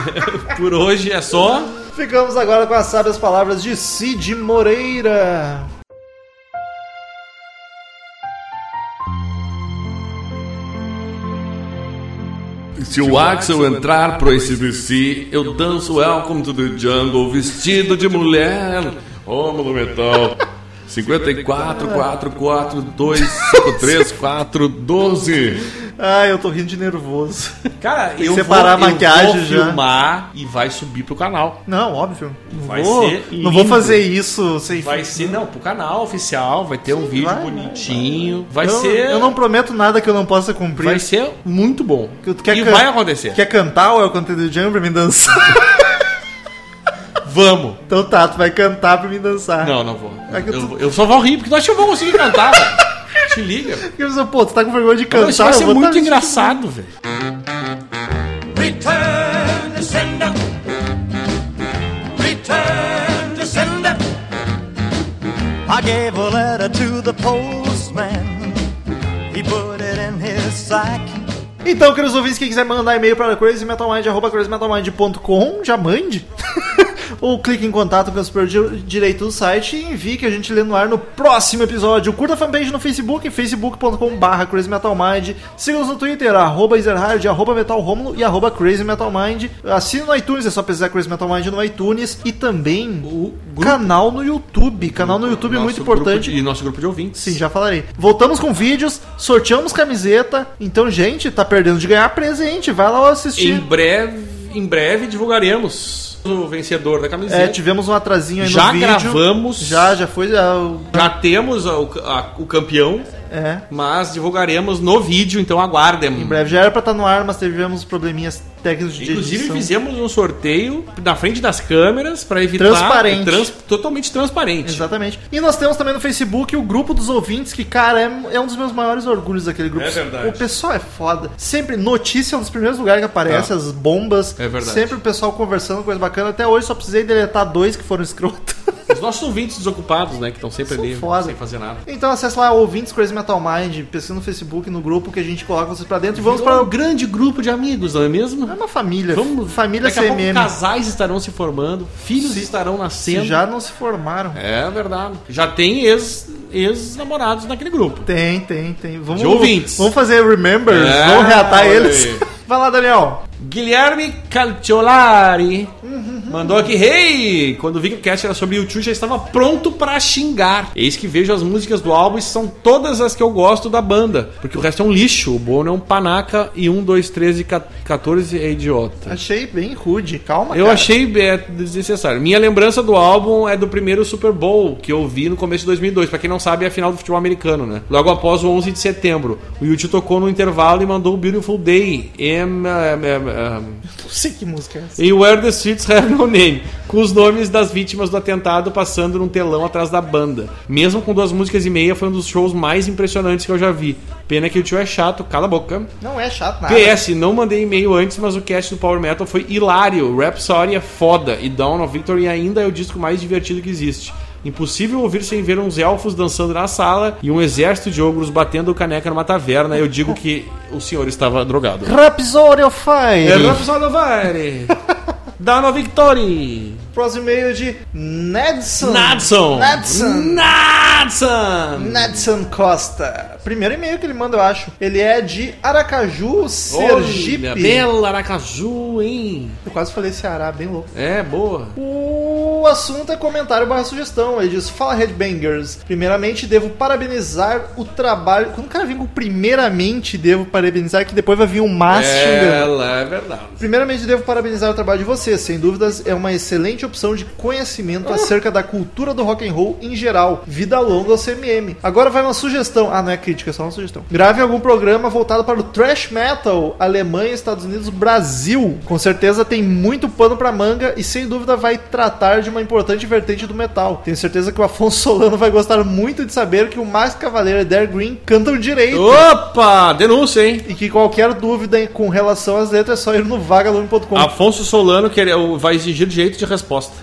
Speaker 2: [laughs] Por hoje é só.
Speaker 1: Ficamos agora com as sábias palavras de Cid Moreira.
Speaker 3: Se o Axel entrar pro SBC, eu danço Welcome to the Jungle vestido de mulher. Homem do metal. 54, 4, 4, 2, 5, 3, 4, 12.
Speaker 1: Ai, eu tô rindo de nervoso. [laughs]
Speaker 2: Cara,
Speaker 1: que
Speaker 2: eu
Speaker 1: separar
Speaker 2: vou,
Speaker 1: a maquiagem
Speaker 2: eu vou
Speaker 1: já.
Speaker 2: filmar e vai subir pro canal.
Speaker 1: Não, óbvio. Não
Speaker 2: Vai
Speaker 1: vou,
Speaker 2: ser
Speaker 1: não vou
Speaker 2: lindo.
Speaker 1: fazer isso sem
Speaker 2: Vai ser, não, pro canal oficial, vai ter um vídeo
Speaker 1: vai,
Speaker 2: bonitinho. Vai,
Speaker 1: eu,
Speaker 2: ser.
Speaker 1: eu não prometo nada que eu não possa cumprir.
Speaker 2: Vai ser muito bom.
Speaker 1: Tu- tu quer
Speaker 2: e
Speaker 1: can-
Speaker 2: vai acontecer.
Speaker 1: Quer cantar ou eu cantei do Django pra mim dançar?
Speaker 2: Vamos.
Speaker 1: Então tá, tu vai cantar pra mim dançar.
Speaker 2: Não, não vou.
Speaker 1: É que
Speaker 2: eu,
Speaker 1: eu tô-
Speaker 2: eu só vou rir, porque tu acha que eu vou conseguir cantar, velho.
Speaker 1: [laughs]
Speaker 2: Te liga.
Speaker 1: Porque eu penso, pô, tu tá com vergonha de cantar.
Speaker 2: Isso vai
Speaker 1: eu
Speaker 2: ser
Speaker 1: vou
Speaker 2: muito
Speaker 1: tá-
Speaker 2: engraçado, velho.
Speaker 4: Return to sender. Return to sender. I gave a letter to the postman. He put it in his sack.
Speaker 1: Então, queridos ouvintes, quem quiser mandar e-mail para crazymetalmind, arroba crazymetalmind.com, já
Speaker 2: [laughs]
Speaker 1: mande. Ou clique em contato com o superior di- direito do site e envie que a gente lê no ar no próximo episódio. Curta a fanpage no Facebook, facebook.com.br crazymetalmind. Siga-nos no Twitter, arroba ezerhard, arroba metalromulo e arroba crazymetalmind. Assine no iTunes, é só pesquisar Crazy Metal Mind no iTunes. E também o canal no YouTube. Canal no YouTube é muito
Speaker 2: Nosso grupo
Speaker 1: importante.
Speaker 2: de- E nosso grupo de ouvintes.
Speaker 1: Sim, já falarei. Voltamos com vídeos, sorteamos camiseta. Então, gente, tá perdendo de ganhar presente. Vai lá
Speaker 2: Em
Speaker 1: assistir.
Speaker 2: breve, em breve divulgaremos o vencedor da camiseta.
Speaker 1: É, tivemos um atrasinho aí
Speaker 2: Já
Speaker 1: no vídeo.
Speaker 2: gravamos.
Speaker 1: Já, já foi. Já, o-
Speaker 2: Já temos a- o, a- o campeão,
Speaker 1: é.
Speaker 2: mas divulgaremos no vídeo, então aguardem.
Speaker 1: Em breve já era pra estar no ar, mas tivemos probleminhas técnicos de
Speaker 2: Inclusive
Speaker 1: edição.
Speaker 2: fizemos um sorteio na frente das câmeras para evitar
Speaker 1: Transparente.
Speaker 2: é trans- totalmente transparente.
Speaker 1: Exatamente. E nós temos também no Facebook o grupo dos ouvintes, que, cara, é, é um dos meus maiores orgulhos daquele grupo.
Speaker 2: É verdade.
Speaker 1: O pessoal é foda. Sempre notícia é um dos primeiros lugares que aparece, as bombas.
Speaker 2: Tá. É verdade.
Speaker 1: Sempre o pessoal conversando, coisa bacana. Até hoje só precisei deletar dois que foram escroto.
Speaker 2: Os nossos ouvintes desocupados, né, que estão sempre
Speaker 1: São
Speaker 2: ali
Speaker 1: foda.
Speaker 2: sem fazer nada.
Speaker 1: Então acesse lá ouvintes Crazy Metal Mind, pesquisa no Facebook, no grupo que a gente coloca vocês pra dentro e vamos
Speaker 2: Virou
Speaker 1: para
Speaker 2: um grande grupo de amigos, não é mesmo?
Speaker 1: é uma família.
Speaker 2: Vamos,
Speaker 1: família
Speaker 2: daqui a pouco
Speaker 1: CMM.
Speaker 2: casais estarão se formando, filhos estarão nascendo.
Speaker 1: Se já não se formaram.
Speaker 2: É verdade. Já tem ex- ex-namorados naquele grupo.
Speaker 1: Tem, tem, tem. Vamos,
Speaker 2: De ouvintes.
Speaker 1: Vamos fazer remembers,
Speaker 2: É,
Speaker 1: vamos reatar
Speaker 2: olha
Speaker 1: eles.
Speaker 2: aí.
Speaker 1: [laughs] Vai lá, Daniel.
Speaker 2: Guilherme Calciolari mandou aqui, hey! Quando vi que o cast era sobre YouTube, já estava pronto pra xingar. Eis que vejo as músicas do álbum e são todas as que eu gosto da banda. Porque o resto é um lixo. O Bono é um panaca e 1, 2, 13 e 14 é idiota.
Speaker 1: Achei bem rude, calma.
Speaker 2: Eu
Speaker 1: cara.
Speaker 2: achei é, desnecessário. Minha lembrança do álbum é do primeiro Super Bowl que eu vi no começo de 2002. Pra quem não sabe, é a final do futebol americano, né? Logo após o 11 de setembro. O YouTube tocou no intervalo e mandou o Beautiful Day. Em, eh, eh,
Speaker 1: Não sei que música é essa.
Speaker 2: eh, em Where the Streets Have No Name. Com os nomes das vítimas do atentado passando num telão atrás da banda. Mesmo com duas músicas e meia, foi um dos shows mais impressionantes que eu já vi. Pena que o tio é chato, cala a boca.
Speaker 1: Não é chato nada.
Speaker 2: PS, não mandei e-mail antes, mas o cast do Power Metal foi hilário. Rhapsody é foda e Dawn of Victory ainda é o disco mais divertido que existe. Impossível ouvir sem ver uns elfos dançando na sala e um exército de ogros batendo caneca numa taverna. Eu digo que o senhor
Speaker 1: [laughs]
Speaker 2: estava drogado.
Speaker 1: Rhapsody of
Speaker 2: É
Speaker 1: Fire.
Speaker 2: Rhapsody of Fire. Dawn of Victory.
Speaker 1: Próximo e-mail de Nedson.
Speaker 2: Nadson.
Speaker 1: Nadson.
Speaker 2: Nadson.
Speaker 1: Nedson Costa. Primeiro e-mail que ele manda, eu acho. Ele é de Aracaju, Sergipe.
Speaker 2: Olha, Bela Aracaju, hein?
Speaker 1: Eu quase falei Ceará, bem louco.
Speaker 2: É, boa.
Speaker 1: O assunto é comentário barra sugestão. Ele diz: Fala Headbangers. Primeiramente, devo parabenizar o trabalho. Quando o cara vem com primeiramente, devo parabenizar, que depois vai vir um mas xingando.
Speaker 2: Ela é verdade.
Speaker 1: Primeiramente, devo parabenizar o trabalho de vocês. Sem dúvidas, é uma excelente opção de conhecimento acerca da cultura do rock and roll em geral. Vida longa ao CMM. Agora vai uma sugestão. Ah, não é crítica, é só uma sugestão. Grave algum programa voltado para o thrash metal, Alemanha, Estados Unidos, Brasil. Com certeza tem muito pano para manga e sem dúvida vai tratar de uma importante vertente do metal. Tenho certeza que o Afonso [laughs] Solano vai gostar muito de saber que o Max Cavaleiro e Dare Green cantam direito.
Speaker 2: Opa, denúncia, hein?
Speaker 1: E que qualquer dúvida com relação às letras é só ir no vagalume.com.
Speaker 2: Afonso Solano quer, vai exigir direito de resposta.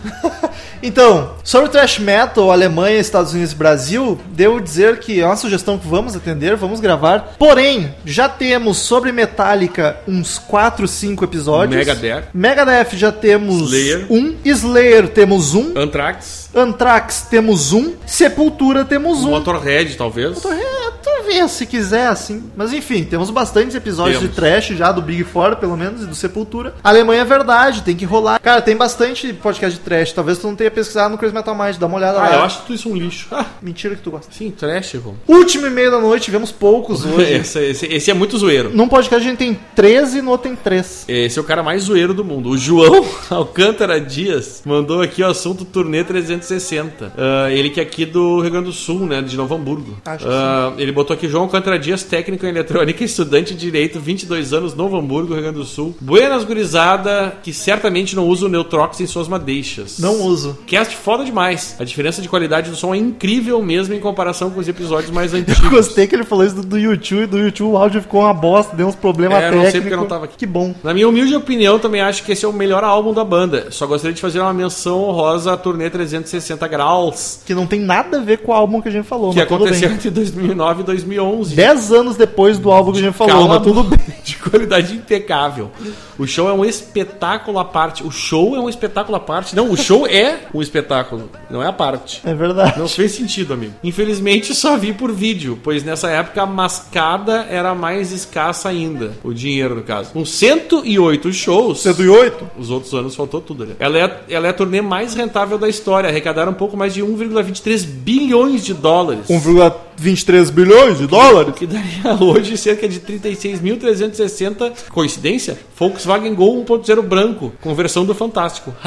Speaker 1: Então, sobre o thrash metal, Alemanha, Estados Unidos e Brasil, devo dizer que é uma sugestão que vamos atender, vamos gravar. Porém, já temos sobre Metallica uns 4, 5 episódios.
Speaker 2: Megadeth.
Speaker 1: Megadeth já temos
Speaker 2: Slayer.
Speaker 1: um. Slayer temos um.
Speaker 2: Anthrax,
Speaker 1: Anthrax temos um. Sepultura temos um.
Speaker 2: Motorhead, talvez.
Speaker 1: É, talvez, se quiser, assim. Mas enfim, temos bastantes episódios
Speaker 2: Temos.
Speaker 1: de trash já, do Big Four, pelo menos, e do Sepultura. Alemanha é verdade, tem que rolar. Cara, tem bastante podcast de trash. Talvez tu não tenha pesquisado no Crazy Metal Mind, dá uma olhada
Speaker 2: Ah,
Speaker 1: lá.
Speaker 2: eu acho tudo isso um lixo. Ah,
Speaker 1: Mentira que tu gosta.
Speaker 2: sim, trash, pô.
Speaker 1: Último e meio da noite, tivemos poucos
Speaker 2: [laughs]
Speaker 1: hoje.
Speaker 2: Esse, esse- esse é muito zoeiro.
Speaker 1: Num podcast a gente tem 13 e no outro tem 3.
Speaker 2: Esse é o cara mais zoeiro do mundo. O João [laughs] Alcântara Dias mandou aqui o assunto turnê 360. Ah, ele que é aqui do Rio Grande do Sul, né? De Novo Hamburgo.
Speaker 1: Acho que
Speaker 2: Ah, ele botou aqui João Alcântara Dias, técnico em eletrônica, [laughs] estudante de direito, 22 anos, Novo Hamburgo, Rio Grande do Sul. Buenas gurizada, que certamente não usa o Neutrox em suas madeixas.
Speaker 1: Não uso.
Speaker 2: Cast foda demais. A diferença de qualidade do som é incrível mesmo em comparação com os episódios mais antigos.
Speaker 1: [laughs] Gostei que ele falou isso do, do YouTube, e do YouTube o áudio ficou uma bosta, deu uns problemas
Speaker 2: É, eu não sei
Speaker 1: técnicos.
Speaker 2: porque eu não tava aqui.
Speaker 1: Que bom.
Speaker 2: Na minha humilde opinião, também acho que esse é o melhor álbum da banda. Só gostaria de fazer uma menção honrosa à turnê 360 graus,
Speaker 1: Que não tem nada a ver com o álbum que a gente falou,
Speaker 2: que
Speaker 1: mas tudo
Speaker 2: aconteceu
Speaker 1: bem.
Speaker 2: entre 2009 e 2011.
Speaker 1: 10 anos depois do álbum que a gente falou,
Speaker 2: Calma,
Speaker 1: mas tudo bem.
Speaker 2: [laughs] De qualidade impecável. O show é um espetáculo à parte. O show é um espetáculo à parte. Não, o show é um espetáculo, não é a parte.
Speaker 1: É verdade.
Speaker 2: Não fez sentido, amigo. Infelizmente só vi por vídeo, pois nessa época a mascada era mais escassa ainda. O dinheiro, no caso. Com 108 shows.
Speaker 1: 108?
Speaker 2: Os outros anos faltou tudo ali. Ela é, ela é a turnê mais rentável da história. Arrecadaram um pouco mais de 1,23 bilhões de dólares.
Speaker 1: 1,23 bilhões de dólares?
Speaker 2: Que daria [laughs] hoje cerca de 36.360. Coincidência? Volkswagen Gol 1.0 branco. Conversão do Fantástico. [laughs]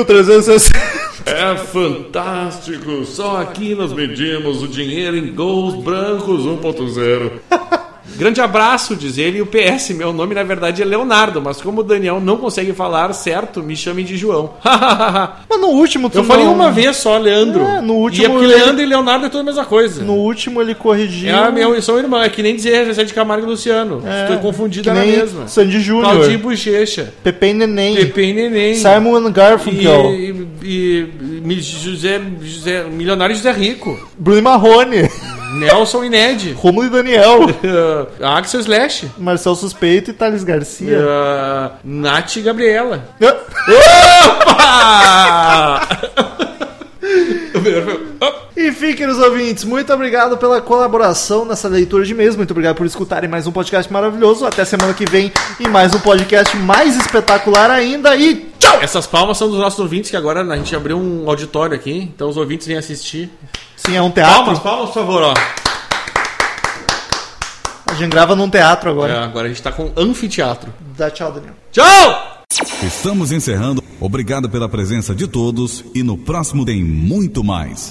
Speaker 1: 36.360.
Speaker 3: É fantástico! Só aqui nós medimos o dinheiro em gols brancos 1.0.
Speaker 2: Grande abraço, diz ele. E o PS, meu nome na verdade é Leonardo, mas como o Daniel não consegue falar certo, me chamem de João. [laughs]
Speaker 1: Mas no último, tu
Speaker 2: Eu falei
Speaker 1: não-
Speaker 2: uma vez só, Leandro.
Speaker 1: É, no último
Speaker 2: e é porque
Speaker 1: ele-
Speaker 2: Leandro e Leonardo é tudo a mesma coisa.
Speaker 1: No último ele corrigiu. né?
Speaker 2: É, a minha, são irmãos, é que nem dizer José de Camargo e Luciano. Estou
Speaker 1: É, que
Speaker 2: confundido na
Speaker 1: nem
Speaker 2: mesma.
Speaker 1: Sandy Júnior.
Speaker 2: Claudinho e Bochecha,
Speaker 1: Pepe e Neném.
Speaker 2: Pepe e Neném.
Speaker 1: Simon
Speaker 2: e,
Speaker 1: Garfunkel.
Speaker 2: e, e- e José, José, Milionário José Rico,
Speaker 1: Bruno e Marrone. [laughs]
Speaker 2: Nelson e Ned, [laughs]
Speaker 1: Romulo e Daniel.
Speaker 2: eh, Axel Slash,
Speaker 1: Marcel Suspeito e Thales Garcia.
Speaker 2: eh, Nath e Gabriela.
Speaker 1: Ah.
Speaker 2: Ah! [laughs] O melhor foi, "Op,
Speaker 1: E [laughs] E fiquem, queridos ouvintes, muito obrigado pela colaboração nessa leitura de mês. Muito obrigado por escutarem mais um podcast maravilhoso. Até semana que vem e mais um podcast mais espetacular ainda. E tchau!
Speaker 2: Essas palmas são dos nossos ouvintes, que agora a gente abriu um auditório aqui, então os ouvintes vêm assistir.
Speaker 1: Sim, é um teatro.
Speaker 2: Palmas, palmas, por favor, ó.
Speaker 1: A gente grava num teatro
Speaker 2: É,
Speaker 1: agora.
Speaker 2: agora a gente tá com anfiteatro.
Speaker 1: Dá tchau, Daniel.
Speaker 2: Tchau!
Speaker 5: Estamos encerrando. Obrigado pela presença de todos e no próximo tem muito mais.